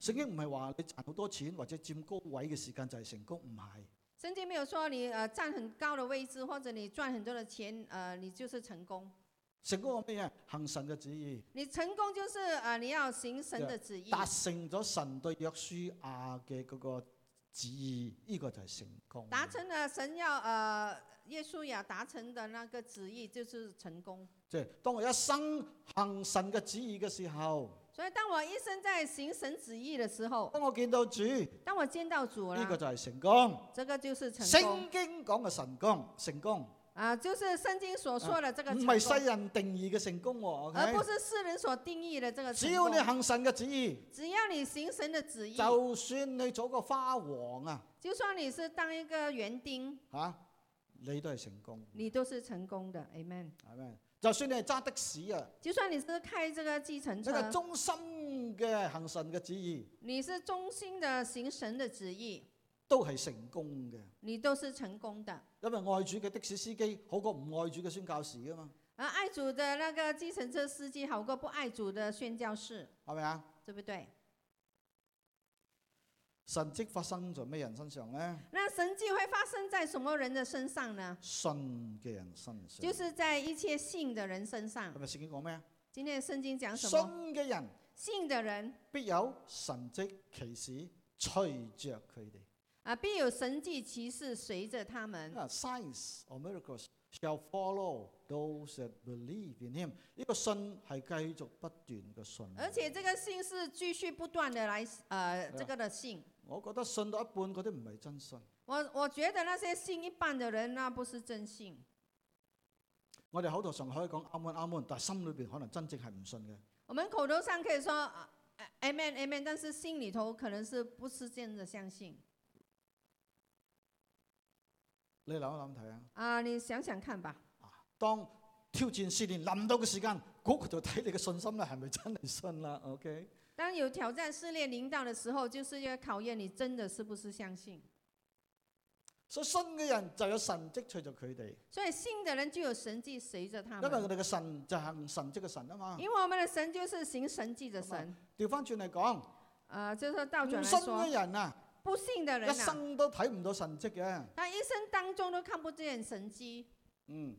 [SPEAKER 2] 聖經唔係話你賺好多錢或者佔高位嘅時間就係成功，唔係。
[SPEAKER 1] 圣经没有说你呃站很高的位置，或者你赚很多的钱，呃，你就是成功。
[SPEAKER 2] 成功係咩嘢？行神嘅旨意，
[SPEAKER 1] 你成功就是呃你要行神的旨意，
[SPEAKER 2] 達成咗神對約書亞嘅嗰個旨意，呢、個就係成功。
[SPEAKER 1] 达成了神要呃耶稣亚达成的那个旨意就是成功。
[SPEAKER 2] 即係當我一生行神嘅旨意嘅時候，
[SPEAKER 1] 所以当我一生在行神旨意的时候，
[SPEAKER 2] 當我見到主，呢、
[SPEAKER 1] 当我见到主了，
[SPEAKER 2] 個就係成功。
[SPEAKER 1] 这个就是成功
[SPEAKER 2] 聖經講嘅成功，成功
[SPEAKER 1] 啊、就是圣经所说的这个
[SPEAKER 2] 嗯唔
[SPEAKER 1] 成
[SPEAKER 2] 係世
[SPEAKER 1] 功，
[SPEAKER 2] 人定義嘅成功喎。
[SPEAKER 1] 而不
[SPEAKER 2] OK，
[SPEAKER 1] 是世人所定义的这个
[SPEAKER 2] 只
[SPEAKER 1] 成
[SPEAKER 2] 要
[SPEAKER 1] 功
[SPEAKER 2] 你。行神嘅旨意，
[SPEAKER 1] 只要你行神的旨意，
[SPEAKER 2] 就算你做個花王啊，
[SPEAKER 1] 就算你是当一个园丁，
[SPEAKER 2] 吓、你都係成功，
[SPEAKER 1] 你都是成功的，amen。
[SPEAKER 2] 係咪？就算你係揸的士啊，
[SPEAKER 1] 就算你是开这个计程
[SPEAKER 2] 你係
[SPEAKER 1] 车，
[SPEAKER 2] 忠心嘅行神嘅旨意，
[SPEAKER 1] 你是忠心的行神的旨意，
[SPEAKER 2] 都係成功嘅。
[SPEAKER 1] 你都是成功的。
[SPEAKER 2] 因為愛主嘅的士司機好過唔愛主嘅宣教士噶嘛，
[SPEAKER 1] 而啊爱主的那个计程车司机好过不爱主的宣教士，
[SPEAKER 2] 係咪啊？
[SPEAKER 1] 对不对？
[SPEAKER 2] 神蹟發生在咩人身上呢？
[SPEAKER 1] 那神迹会发生在什么人的身上呢？
[SPEAKER 2] 信嘅人身上。
[SPEAKER 1] 就是在一切信的人身上
[SPEAKER 2] 係。咪聖經講咩啊？
[SPEAKER 1] 今天圣经讲什
[SPEAKER 2] 信
[SPEAKER 1] 么？
[SPEAKER 2] 嘅人
[SPEAKER 1] 信的人
[SPEAKER 2] 必有神蹟奇事隨着佢哋。
[SPEAKER 1] 啊，必有神迹奇事随着他们。
[SPEAKER 2] 啊，signs or miracles shall follow those that believe in him。呢個信係繼續不斷嘅信。
[SPEAKER 1] 而且这个信是继续不断的来呃这个的信。
[SPEAKER 2] 我覺得信到一半嗰啲唔係真信。
[SPEAKER 1] 我我觉得那些信一半的人，那不是真信。
[SPEAKER 2] 我哋口頭上可以講啱門啱門，但係心裏邊可能真正係唔信嘅。
[SPEAKER 1] 我们口头上可以说啊啊 amen amen，但是心里头可能是不是真的相信
[SPEAKER 2] 你諗一諗睇啊！
[SPEAKER 1] 啊？你想想看吧。
[SPEAKER 2] 當挑戰試煉臨到嘅時間，嗰、個就睇你嘅信心啦，係咪真係信啦？OK，
[SPEAKER 1] 当有挑战、试炼临到的时候，就是要考验你真的是不是相信。
[SPEAKER 2] 所以信嘅人就有神蹟隨着佢哋，
[SPEAKER 1] 所以信的人就有神迹随着他
[SPEAKER 2] 因為佢
[SPEAKER 1] 们，
[SPEAKER 2] 哋嘅神就係行神蹟嘅神啊嘛。
[SPEAKER 1] 啊因为我们的神就是行神迹的
[SPEAKER 2] 咁啊
[SPEAKER 1] 神。
[SPEAKER 2] 調翻轉嚟講，
[SPEAKER 1] 呃，就是倒转
[SPEAKER 2] 唔
[SPEAKER 1] 来
[SPEAKER 2] 信
[SPEAKER 1] 说
[SPEAKER 2] 嘅，人啊，
[SPEAKER 1] 不信的人
[SPEAKER 2] 一
[SPEAKER 1] 啊，
[SPEAKER 2] 生都睇唔到神蹟嘅。
[SPEAKER 1] 他一生当中都看不见神迹。
[SPEAKER 2] 嗯，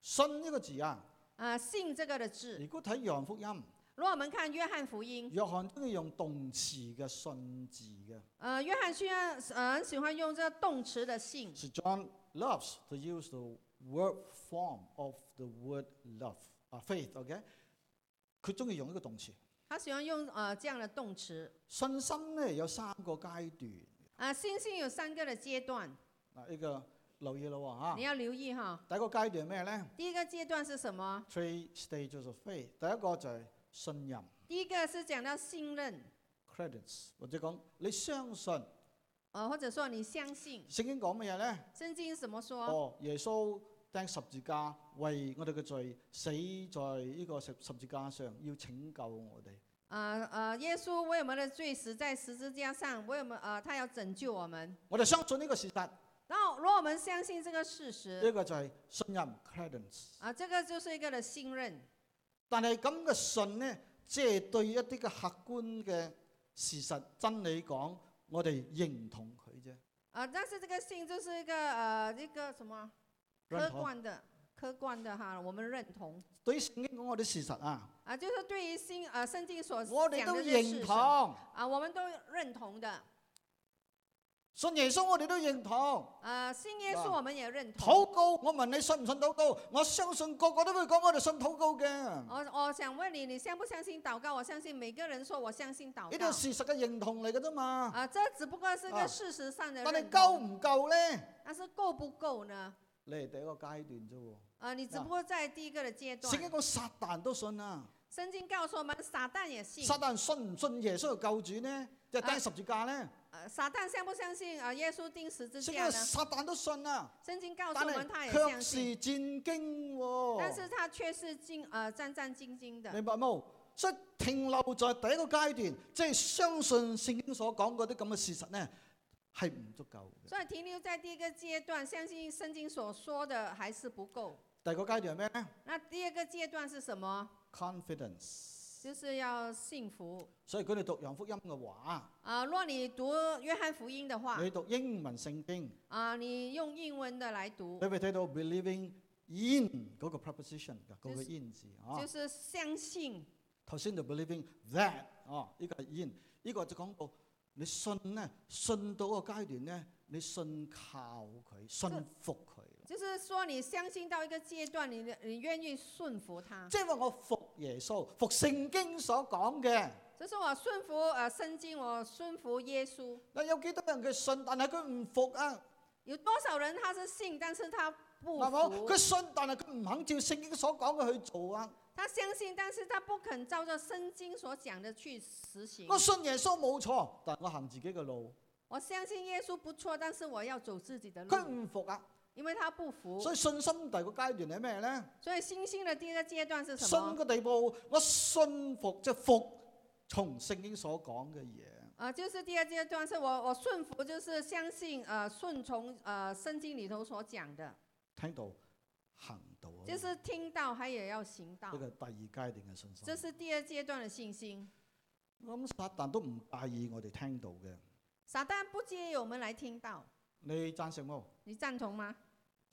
[SPEAKER 2] 信呢個字啊，
[SPEAKER 1] 啊，信这个的字，
[SPEAKER 2] 如果睇約翰福音，
[SPEAKER 1] 如果我们看约翰福音，
[SPEAKER 2] 約翰都要用動詞嘅信字嘅。
[SPEAKER 1] 呃，约翰虽然呃很喜欢用这个动词的信，
[SPEAKER 2] So John loves to use the word form of the word love 啊 faith OK，佢中意用呢個動詞。
[SPEAKER 1] 他喜欢用呃这样的动词。
[SPEAKER 2] 信心咧有三個階段
[SPEAKER 1] 啊，信心有三个的阶段，
[SPEAKER 2] 嗱，呢個留意咯嚇
[SPEAKER 1] 你。要留意哈。
[SPEAKER 2] 第一個階段係咩咧
[SPEAKER 1] 第一个阶段是什么？
[SPEAKER 2] ？Three stages of faith。第一個就係信任
[SPEAKER 1] 第一个是讲到信任，
[SPEAKER 2] （credits），或者講你相信。
[SPEAKER 1] 呃，或者说你相信。
[SPEAKER 2] 聖經講乜嘢咧？
[SPEAKER 1] 圣经怎么说？
[SPEAKER 2] 哦，耶穌釘十字架為我哋嘅罪死在呢個十十字架上，要拯救我哋。
[SPEAKER 1] 呃呃，耶稣为我们的罪死在十字架上，为我们呃，他要拯救我们。
[SPEAKER 2] 我哋相信呢個事實，呢、
[SPEAKER 1] 然后，如果我们相信这个事实，
[SPEAKER 2] 個就係信任 （credence）。
[SPEAKER 1] 啊，这个就是一个的信任。
[SPEAKER 2] 但係咁嘅信呢，即係對一啲嘅客觀嘅事實真理講，我哋認同佢啫。
[SPEAKER 1] 啊，但是这个信就是一个呃，一个什么
[SPEAKER 2] 認
[SPEAKER 1] 客
[SPEAKER 2] 同
[SPEAKER 1] 观的、客观的哈，我们认同
[SPEAKER 2] 對於聖經講我啲事實啊，
[SPEAKER 1] 啊，就是对于新呃圣经所
[SPEAKER 2] 我哋
[SPEAKER 1] 讲
[SPEAKER 2] 都
[SPEAKER 1] 的这些
[SPEAKER 2] 認
[SPEAKER 1] 事
[SPEAKER 2] 同。
[SPEAKER 1] 啊，我们都认同的。
[SPEAKER 2] 信耶穌我哋都認同。
[SPEAKER 1] 呃，信耶穌
[SPEAKER 2] 哇
[SPEAKER 1] 我們也認同。
[SPEAKER 2] 祷告，我問你信唔信祷告？我相信個個都會講我哋信祷告嘅。呢
[SPEAKER 1] 我我想問你，你相不相信禱告？我相信每個人說我相信禱
[SPEAKER 2] 啲係
[SPEAKER 1] 告。
[SPEAKER 2] 事實嘅認同嚟嘅啫嘛。
[SPEAKER 1] 啊、這只不過是
[SPEAKER 2] 啊
[SPEAKER 1] 個事實上的
[SPEAKER 2] 但係
[SPEAKER 1] 認
[SPEAKER 2] 夠
[SPEAKER 1] 同，
[SPEAKER 2] 唔夠咧？
[SPEAKER 1] 但是夠不夠呢？
[SPEAKER 2] 你係第一個階段啫喎。
[SPEAKER 1] 啊、你只
[SPEAKER 2] 啊
[SPEAKER 1] 不過在第一個的階
[SPEAKER 2] 聖經
[SPEAKER 1] 段。
[SPEAKER 2] 講撒旦都信啊，
[SPEAKER 1] 聖經告訴我們，撒旦也信。
[SPEAKER 2] 撒旦信唔信耶穌係救主呢？即係
[SPEAKER 1] 啊
[SPEAKER 2] 釘十字架呢？
[SPEAKER 1] 呃撒旦相不相信啊、耶穌釘十字
[SPEAKER 2] 聖經
[SPEAKER 1] 架
[SPEAKER 2] 話
[SPEAKER 1] 呢？
[SPEAKER 2] 啊撒旦都信啊，
[SPEAKER 1] 聖經啊告訴
[SPEAKER 2] 但
[SPEAKER 1] 我們，他也
[SPEAKER 2] 係卻
[SPEAKER 1] 相
[SPEAKER 2] 是
[SPEAKER 1] 信，
[SPEAKER 2] 戰驚
[SPEAKER 1] 但是
[SPEAKER 2] 喎。
[SPEAKER 1] 他卻是兢呃戰戰兢兢的。
[SPEAKER 2] 明白冇？所以停留在第一個階段，即係相信聖經所講嗰啲咁嘅事實呢，係唔足夠嘅。
[SPEAKER 1] 所以停留在第一個階段，相信聖經所說的還是不夠。
[SPEAKER 2] 第二個階段係咩呢？
[SPEAKER 1] 那第二個階段是什么？
[SPEAKER 2] confidence。
[SPEAKER 1] 就是要幸福
[SPEAKER 2] 所以佢哋讀羊福音嘅話，
[SPEAKER 1] 啊、若你讀約翰福音的話，
[SPEAKER 2] 你讀英文聖經，
[SPEAKER 1] 啊、你用英文的來讀
[SPEAKER 2] 你，會睇到 believing in 嗰個 preposition 㗎，嗰個
[SPEAKER 1] 就是
[SPEAKER 2] in 字啊
[SPEAKER 1] 就。是相信。
[SPEAKER 2] 頭先就 believing that 啊，呢個係 in，呢個就講到你信呢，信到一個階段呢，你信靠佢，信服佢啦。
[SPEAKER 1] 就是說，你相信到一個階段，你的你願意順服他。
[SPEAKER 2] 即係話我服耶穌，服聖經所講嘅。
[SPEAKER 1] 就是我順服呃聖經，我順服耶穌。
[SPEAKER 2] 嗱，有幾多人佢信，但係佢唔服啊？
[SPEAKER 1] 有多少人他是信，但是他不
[SPEAKER 2] 係冇？
[SPEAKER 1] 服
[SPEAKER 2] 佢，信，但係佢唔肯照聖經所講嘅去做啊！
[SPEAKER 1] 他相信，但是他不肯照着聖經所講的去實行
[SPEAKER 2] 我。信耶穌冇錯，但我行自己嘅路。
[SPEAKER 1] 我相信耶穌不錯，但是我要走自己的
[SPEAKER 2] 佢
[SPEAKER 1] 路，
[SPEAKER 2] 唔服啊，
[SPEAKER 1] 因為他不服。
[SPEAKER 2] 所以信心第二個階段係咩咧？
[SPEAKER 1] 所以星星的第一個階段是什
[SPEAKER 2] 信
[SPEAKER 1] 麼？
[SPEAKER 2] 嘅地步，我信服即係服從聖經所講嘅嘢。
[SPEAKER 1] 啊、就是第二階段是我我順服，就是相信呃順從呃聖經裡頭所講的，
[SPEAKER 2] 聽到行到啊，
[SPEAKER 1] 就
[SPEAKER 2] 呢
[SPEAKER 1] 是聽到還也要行道，
[SPEAKER 2] 個係第二階段嘅信
[SPEAKER 1] 這
[SPEAKER 2] 心。
[SPEAKER 1] 是第二階段的信心。
[SPEAKER 2] 我諗撒旦都唔介意我哋聽到嘅，
[SPEAKER 1] 撒旦不介意我們來聽到，
[SPEAKER 2] 你贊成冇？
[SPEAKER 1] 你贊同嗎？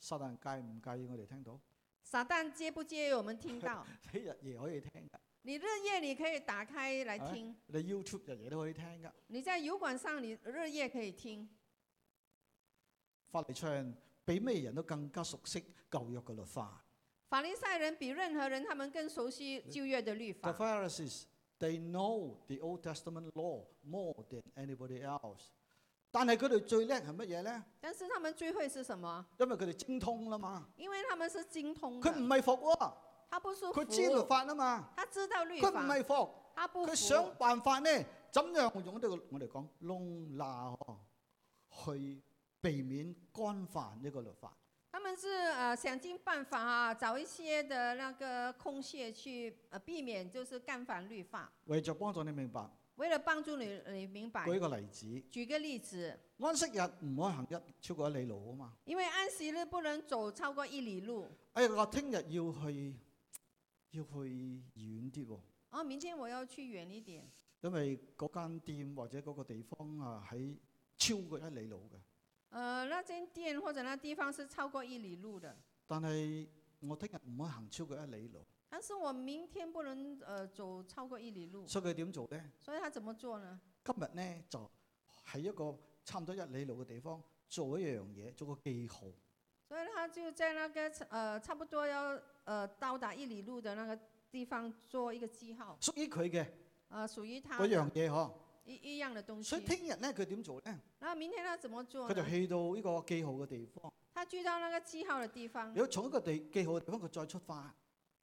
[SPEAKER 2] 撒旦介唔介意我哋聽到？
[SPEAKER 1] 撒旦介不介意我們聽到？
[SPEAKER 2] 你日夜可以聽㗎，
[SPEAKER 1] 你日夜你可以打開来听，
[SPEAKER 2] 你 YouTube 日夜都可以聽㗎。
[SPEAKER 1] 你在油管上你日夜可以聽。
[SPEAKER 2] 法利賽人比咩人都更加熟悉舊約嘅律法。
[SPEAKER 1] 法利赛人比任何人他们更熟悉旧约的律
[SPEAKER 2] The
[SPEAKER 1] 法。
[SPEAKER 2] Pharisees, they know the Old Testament law more than anybody else. 但係佢哋最叻係乜嘢咧？
[SPEAKER 1] 但是他們聚會是什么？
[SPEAKER 2] 因為佢哋精通啦嘛，
[SPEAKER 1] 因为他们是精通
[SPEAKER 2] 佢唔
[SPEAKER 1] 的，
[SPEAKER 2] 係服喎，
[SPEAKER 1] 他不是
[SPEAKER 2] 佢知律
[SPEAKER 1] 服，
[SPEAKER 2] 法啊嘛，
[SPEAKER 1] 他知道律
[SPEAKER 2] 佢唔
[SPEAKER 1] 法，
[SPEAKER 2] 係服，
[SPEAKER 1] 他不
[SPEAKER 2] 佢
[SPEAKER 1] 服
[SPEAKER 2] 想，辦法咧，怎樣用呢個我哋講窿罅呵去避免干犯呢個律法。
[SPEAKER 1] 他们是呃想尽办法啊，找一些的那个空隙去呃避免就是干犯律法。
[SPEAKER 2] 為咗幫助你明白，
[SPEAKER 1] 为了帮助你你明白，
[SPEAKER 2] 舉個例子，
[SPEAKER 1] 举个例子，
[SPEAKER 2] 安息日唔可以行一超過一里路啊嘛。
[SPEAKER 1] 因为安息日不能走超过一里路。
[SPEAKER 2] 哎呀，我聽日要去要去遠啲喎。
[SPEAKER 1] 哦，明天我要去远一点，
[SPEAKER 2] 因為嗰間店或者嗰個地方啊，喺超過一里路嘅。
[SPEAKER 1] 呃，那间店或者那地方是超过一里路的，
[SPEAKER 2] 但係我聽日唔可以行超過一里路，
[SPEAKER 1] 但是我明天不能呃走超过一里路，
[SPEAKER 2] 所以佢點做咧？
[SPEAKER 1] 所以他怎么做呢？
[SPEAKER 2] 今日咧就喺一個差唔多一里路嘅地方做一樣嘢，做個記號。
[SPEAKER 1] 所以他就在那个呃差不多要呃到达一里路的那个地方做一个记号，
[SPEAKER 2] 屬於佢嘅
[SPEAKER 1] 呃，属于他
[SPEAKER 2] 嗰
[SPEAKER 1] 的
[SPEAKER 2] 樣嘢嗬，
[SPEAKER 1] 一一样的东
[SPEAKER 2] 所以
[SPEAKER 1] 西。
[SPEAKER 2] 聽日咧佢點做咧？
[SPEAKER 1] 那明天他怎么做
[SPEAKER 2] 佢就
[SPEAKER 1] 呢？
[SPEAKER 2] 去到呢個記號嘅地方，
[SPEAKER 1] 他去到那个记号的地方
[SPEAKER 2] 如，果從一個地記號嘅地方佢再出發，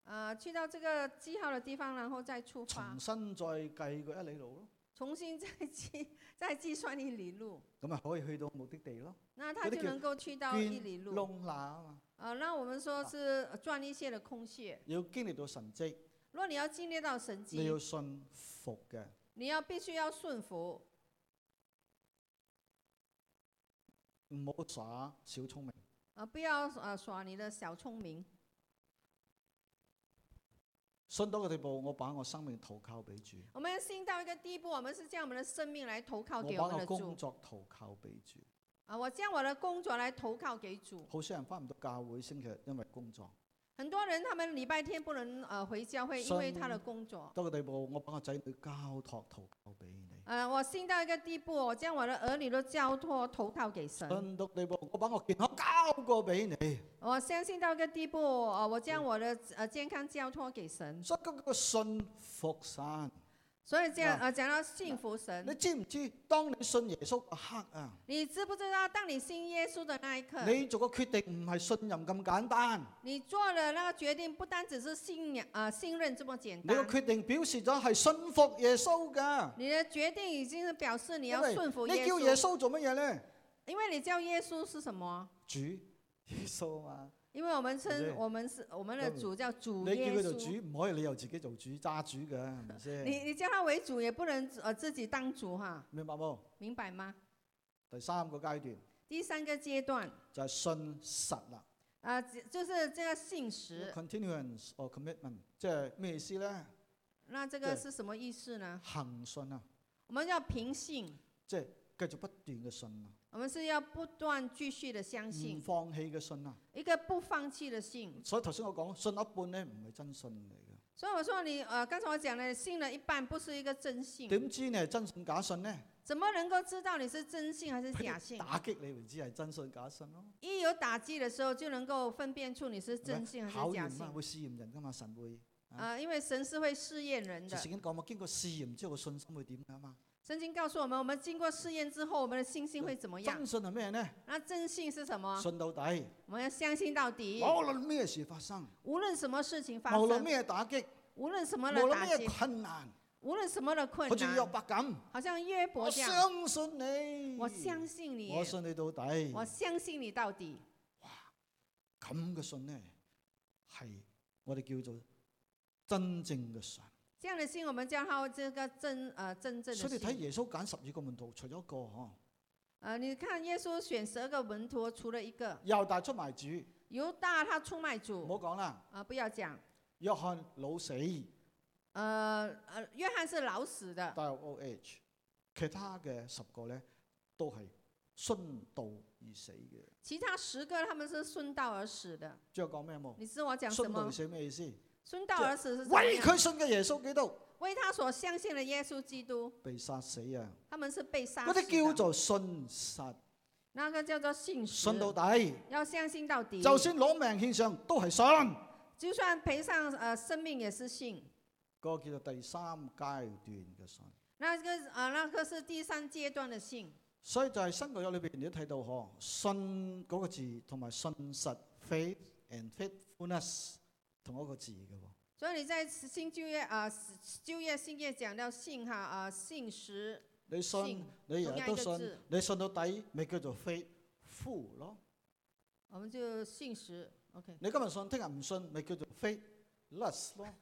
[SPEAKER 1] 呃，去到这个记号的地方，然后再出发
[SPEAKER 2] 重，新再計過一里路咯，
[SPEAKER 1] 重新再计再计算一里路，
[SPEAKER 2] 咁咪可以去到目的地咯。
[SPEAKER 1] 那
[SPEAKER 2] 有
[SPEAKER 1] 他
[SPEAKER 2] 啲
[SPEAKER 1] 就
[SPEAKER 2] 叫
[SPEAKER 1] 能够去到
[SPEAKER 2] 捐
[SPEAKER 1] 一里路。
[SPEAKER 2] 窿罅啊嘛，
[SPEAKER 1] 呃，那我们说是呃赚一些的空隙。
[SPEAKER 2] 要經歷到神蹟。
[SPEAKER 1] 如果你要经历到神
[SPEAKER 2] 你
[SPEAKER 1] 迹
[SPEAKER 2] 要，信服嘅。
[SPEAKER 1] 你要必须要顺服，
[SPEAKER 2] 唔好耍小聰明。
[SPEAKER 1] 呃，不要呃耍你的小聪明。
[SPEAKER 2] 信到嘅地步，我把我生命投靠俾主，
[SPEAKER 1] 我们信到一个地步，我们是将我们的生命来投靠
[SPEAKER 2] 我
[SPEAKER 1] 给
[SPEAKER 2] 把
[SPEAKER 1] 我们
[SPEAKER 2] 我
[SPEAKER 1] 的
[SPEAKER 2] 工
[SPEAKER 1] 主
[SPEAKER 2] 作投靠俾主。
[SPEAKER 1] 啊！我将我的工作来投靠给主。
[SPEAKER 2] 好少人翻唔到教會，星期日因為工作。
[SPEAKER 1] 很多人他们礼拜天不能呃回教会，因为他的
[SPEAKER 2] 信
[SPEAKER 1] 工作
[SPEAKER 2] 到嘅地步，我把我仔女交託投靠俾你。
[SPEAKER 1] 呃，我信到一个地步，我将我的儿女都交托投靠给神。
[SPEAKER 2] 信到地步，我把我健康交過俾你，
[SPEAKER 1] 我相信到一个地步，呃，我将我的呃健康交托给神。
[SPEAKER 2] 所以嗰個信服神。
[SPEAKER 1] 所以这样
[SPEAKER 2] 啊
[SPEAKER 1] 呃，讲到信服
[SPEAKER 2] 你
[SPEAKER 1] 神，
[SPEAKER 2] 知唔知？當你信耶穌嗰刻啊，
[SPEAKER 1] 你知不知道，当你信耶稣的那一刻，
[SPEAKER 2] 你做個決定唔係信任咁簡單，
[SPEAKER 1] 你做了那个决定，不单只是信仰呃信任这么简
[SPEAKER 2] 你個
[SPEAKER 1] 单，
[SPEAKER 2] 決定表示咗係信服耶穌㗎。
[SPEAKER 1] 你的决定已经是表示你要
[SPEAKER 2] 因為
[SPEAKER 1] 顺服
[SPEAKER 2] 你
[SPEAKER 1] 耶
[SPEAKER 2] 叫耶
[SPEAKER 1] 稣，
[SPEAKER 2] 穌做乜嘢呢？
[SPEAKER 1] 因为你叫耶稣是什么？
[SPEAKER 2] 主耶穌啊！
[SPEAKER 1] 因为我们
[SPEAKER 2] 对
[SPEAKER 1] 称我们是我们的主叫
[SPEAKER 2] 你
[SPEAKER 1] 主
[SPEAKER 2] 叫
[SPEAKER 1] 耶
[SPEAKER 2] 佢做主，
[SPEAKER 1] 稣，
[SPEAKER 2] 唔可以你又自己做主揸主嘅，係咪
[SPEAKER 1] 你
[SPEAKER 2] 先？
[SPEAKER 1] 你叫他为主，也不能呃自己当主哈，
[SPEAKER 2] 明白冇？
[SPEAKER 1] 明白吗？
[SPEAKER 2] 第三個階段
[SPEAKER 1] 第三个阶段，
[SPEAKER 2] 就係信實啦。
[SPEAKER 1] 啊，只就是这个信实，
[SPEAKER 2] Continuance or commitment，即係咩意思呢？
[SPEAKER 1] 那这个
[SPEAKER 2] 对
[SPEAKER 1] 是什么意思呢？
[SPEAKER 2] 恒信啊，
[SPEAKER 1] 我们要凭信，
[SPEAKER 2] 即係繼續不斷嘅信啊，
[SPEAKER 1] 我们是要不断继续的相
[SPEAKER 2] 唔
[SPEAKER 1] 信，
[SPEAKER 2] 放棄嘅信啊。
[SPEAKER 1] 一个不放弃的信。
[SPEAKER 2] 所以頭先我講信一半呢，唔係真信嚟嘅。
[SPEAKER 1] 所以我说你呃，刚才我講了，信了一半不是一個真信，
[SPEAKER 2] 點知你係真信假信呢？
[SPEAKER 1] 怎麼能夠知道你是真信還是假信？
[SPEAKER 2] 打擊你咪知係真信假信咯。
[SPEAKER 1] 一有打擊的時候，就能夠分辨出你是真信還
[SPEAKER 2] 考
[SPEAKER 1] 是假
[SPEAKER 2] 驗
[SPEAKER 1] 信
[SPEAKER 2] 啊，。會試驗人噶嘛，神會。
[SPEAKER 1] 啊、因為神是會試驗人
[SPEAKER 2] 就
[SPEAKER 1] 的
[SPEAKER 2] 聖。經講嘛，經過試驗之後，個信心會點噶嘛？
[SPEAKER 1] 聖經告訴我們，我們經過試驗之後，我們的信心會怎麼樣？
[SPEAKER 2] 真信係咩呢？
[SPEAKER 1] 那真信是什麼？
[SPEAKER 2] 信到底，
[SPEAKER 1] 我們要相信到底
[SPEAKER 2] 無，論咩事發生，
[SPEAKER 1] 無論什麼事情發
[SPEAKER 2] 無論
[SPEAKER 1] 生，
[SPEAKER 2] 咩打擊，
[SPEAKER 1] 無論什
[SPEAKER 2] 無
[SPEAKER 1] 麼的
[SPEAKER 2] 論
[SPEAKER 1] 打
[SPEAKER 2] 咩
[SPEAKER 1] 擊，
[SPEAKER 2] 困難，
[SPEAKER 1] 無論什麼的困
[SPEAKER 2] 好似約
[SPEAKER 1] 難，
[SPEAKER 2] 伯咁，
[SPEAKER 1] 好像約伯
[SPEAKER 2] 我
[SPEAKER 1] 這樣，
[SPEAKER 2] 相信你，
[SPEAKER 1] 我相信你，
[SPEAKER 2] 我信你到底。
[SPEAKER 1] 我相信你到底。
[SPEAKER 2] 咁嘅信呢，係我哋叫做真正嘅信。
[SPEAKER 1] 这样的心，我们叫它这个真呃真正
[SPEAKER 2] 所
[SPEAKER 1] 的
[SPEAKER 2] 以你睇
[SPEAKER 1] 心。
[SPEAKER 2] 耶穌揀十二個門徒，除咗一個嗬，
[SPEAKER 1] 呃，你看耶穌选十二个门徒，除了一个
[SPEAKER 2] 又大出埋主，
[SPEAKER 1] 犹大，他出卖
[SPEAKER 2] 唔
[SPEAKER 1] 主
[SPEAKER 2] 好講啦。
[SPEAKER 1] 啊、呃不要讲。
[SPEAKER 2] 約翰老死
[SPEAKER 1] 呃呃，约翰是老死的，
[SPEAKER 2] 大有 O H，其他嘅十個咧都係殉道而死嘅。
[SPEAKER 1] 其他十个他们是顺道而死的。
[SPEAKER 2] 即係講咩冇？
[SPEAKER 1] 你知我讲什
[SPEAKER 2] 殉
[SPEAKER 1] 么
[SPEAKER 2] 道而？死咩意思？
[SPEAKER 1] 顺道而死是怎么
[SPEAKER 2] 為
[SPEAKER 1] 样？
[SPEAKER 2] 佢信嘅耶穌基督
[SPEAKER 1] 为他所相信的耶稣基督，
[SPEAKER 2] 被殺死啊！
[SPEAKER 1] 他们是被杀
[SPEAKER 2] 嗰
[SPEAKER 1] 死
[SPEAKER 2] 啲叫
[SPEAKER 1] 的。
[SPEAKER 2] 做信實，
[SPEAKER 1] 那个叫做信实
[SPEAKER 2] 信，到底，
[SPEAKER 1] 要相信到底。
[SPEAKER 2] 就算攞命獻上都係信。
[SPEAKER 1] 就算赔上呃生命也是信。
[SPEAKER 2] 嗰、個叫做第三階段嘅信。
[SPEAKER 1] 那个呃那个是第三阶段的信。
[SPEAKER 2] 所以就係新舊約裏邊，你都睇到嗬，信嗰個字同埋信實 （faith and faithfulness） 同一個字嘅喎。
[SPEAKER 1] 所以你在新就业啊、就业信业讲到信哈啊、信实，
[SPEAKER 2] 你信
[SPEAKER 1] 信，
[SPEAKER 2] 你日哎日都
[SPEAKER 1] 同樣一個
[SPEAKER 2] 信
[SPEAKER 1] 字，
[SPEAKER 2] 你信到底，咪叫做 faithful 咯。
[SPEAKER 1] 我们就信实。OK，
[SPEAKER 2] 你今日信，聽日唔信，咪叫做 faithless 咯。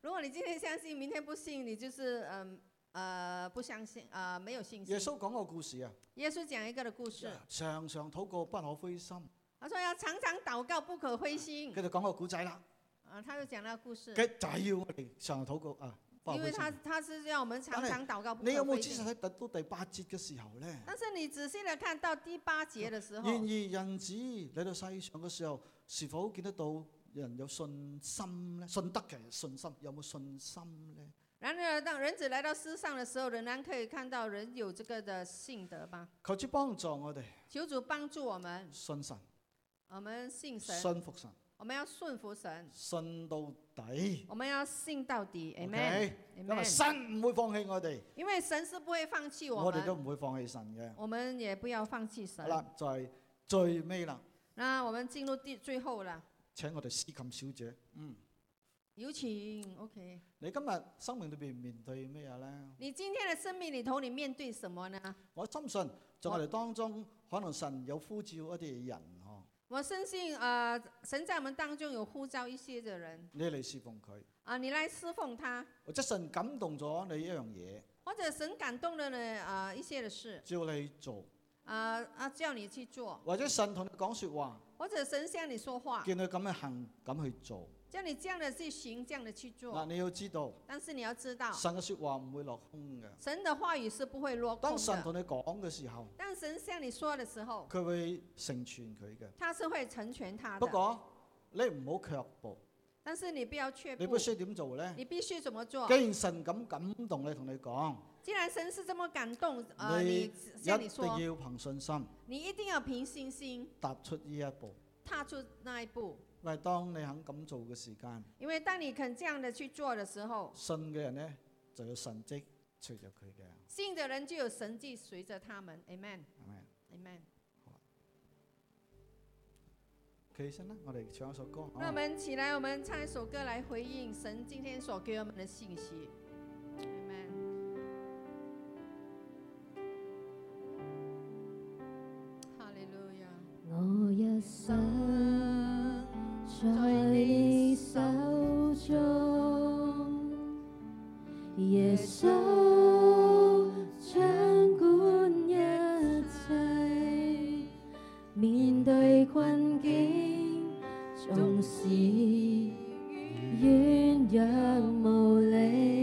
[SPEAKER 1] 如果你今天相信，明天不信，你就是嗯呃不相信啊、呃没有信心
[SPEAKER 2] 耶。穌講個故事啊，
[SPEAKER 1] 耶穌讲一个的故事，
[SPEAKER 2] 常常禱告不可灰心，
[SPEAKER 1] 他说要常常祷告，不可灰心
[SPEAKER 2] 佢。就講個古仔啦。
[SPEAKER 1] 啊、他就讲那个故事，
[SPEAKER 2] 佢就係要我哋常常禱告啊，不可
[SPEAKER 1] 因为
[SPEAKER 2] 灰
[SPEAKER 1] 他
[SPEAKER 2] 心。
[SPEAKER 1] 他是要我们常常祷告，不
[SPEAKER 2] 你有
[SPEAKER 1] 可
[SPEAKER 2] 冇
[SPEAKER 1] 灰
[SPEAKER 2] 仔
[SPEAKER 1] 心。
[SPEAKER 2] 細睇到第八節嘅時候咧？
[SPEAKER 1] 但是你仔细的看到第八节的时
[SPEAKER 2] 然
[SPEAKER 1] 候
[SPEAKER 2] 而，人子嚟到世上嘅時候，是否見得到人有信心呢？信德嘅人信心有冇信心呢？
[SPEAKER 1] 然而当人子来到世上的时候，仍然可以看到人有这个的信德吧。
[SPEAKER 2] 求主幫助我哋
[SPEAKER 1] 求主帮助我们，
[SPEAKER 2] 信神、
[SPEAKER 1] 我们信神，
[SPEAKER 2] 信服神、
[SPEAKER 1] 我们要顺服神，
[SPEAKER 2] 信到底。
[SPEAKER 1] 我们要信到底。Amen。
[SPEAKER 2] OK，因為
[SPEAKER 1] Amen。
[SPEAKER 2] 神唔會放棄我哋，
[SPEAKER 1] 因为神是不会放弃我
[SPEAKER 2] 我哋都
[SPEAKER 1] 们，
[SPEAKER 2] 唔會放棄神嘅。
[SPEAKER 1] 我们也不要放弃
[SPEAKER 2] 好
[SPEAKER 1] 神。
[SPEAKER 2] 啦，就係最尾啦，
[SPEAKER 1] 那我们进入第最後了，
[SPEAKER 2] 請我哋司琴小姐，嗯，
[SPEAKER 1] 有请 OK。
[SPEAKER 2] 你今日生命裏邊面對咩嘢呢？
[SPEAKER 1] 你今天的生命里头，你面对什么呢？
[SPEAKER 2] 我深信在我哋當中，可能神有呼召一啲人哦，
[SPEAKER 1] 我深信，呃，神在我们当中有呼召一些的人
[SPEAKER 2] 你嚟侍奉佢。
[SPEAKER 1] 啊、你来侍奉他，
[SPEAKER 2] 或者神感動咗你一樣嘢，
[SPEAKER 1] 或者神感动了呢，啊、一些的事，
[SPEAKER 2] 照你做；
[SPEAKER 1] 啊、啊，叫你去做，
[SPEAKER 2] 或者神同你講说話，
[SPEAKER 1] 或者神向你说话，
[SPEAKER 2] 見佢咁樣行，咁去做。
[SPEAKER 1] 叫你这样的去行，这样的去做。
[SPEAKER 2] 嗱，你要知道，
[SPEAKER 1] 但是你要知道，
[SPEAKER 2] 神嘅说話唔會落空嘅。
[SPEAKER 1] 神的话语是不会落空
[SPEAKER 2] 當神
[SPEAKER 1] 的。
[SPEAKER 2] 同你講嘅時候，
[SPEAKER 1] 当神向你说的时候，
[SPEAKER 2] 佢會成全佢嘅。
[SPEAKER 1] 他是会成全他
[SPEAKER 2] 不
[SPEAKER 1] 的。
[SPEAKER 2] 過你唔好卻步，
[SPEAKER 1] 但是你不要却
[SPEAKER 2] 你
[SPEAKER 1] 步
[SPEAKER 2] 必，須點做呢？
[SPEAKER 1] 你必须怎么做
[SPEAKER 2] 既？然神咁感動你，同你講，
[SPEAKER 1] 既然神是这么感动，呃，
[SPEAKER 2] 你
[SPEAKER 1] 你向你
[SPEAKER 2] 一定
[SPEAKER 1] 说，
[SPEAKER 2] 要憑信心
[SPEAKER 1] 你一定要凭信心
[SPEAKER 2] 踏出呢一步，
[SPEAKER 1] 踏出那一步，
[SPEAKER 2] 因為當你肯咁做嘅時間，
[SPEAKER 1] 因为当你肯这样的去做的时候，
[SPEAKER 2] 信嘅人呢就有神蹟隨着佢嘅，
[SPEAKER 1] 信的人就有神迹随着他们。Amen，Amen
[SPEAKER 2] 係咪？
[SPEAKER 1] Amen。
[SPEAKER 2] 企起身啦，我哋唱一首歌。
[SPEAKER 1] 那我们起来，我们唱一首歌来回应神今天所给我们的信息。Amen。哈利路亚。
[SPEAKER 3] 我一生在你手中，耶穌掌管一切，面對困境，縱使軟弱無力。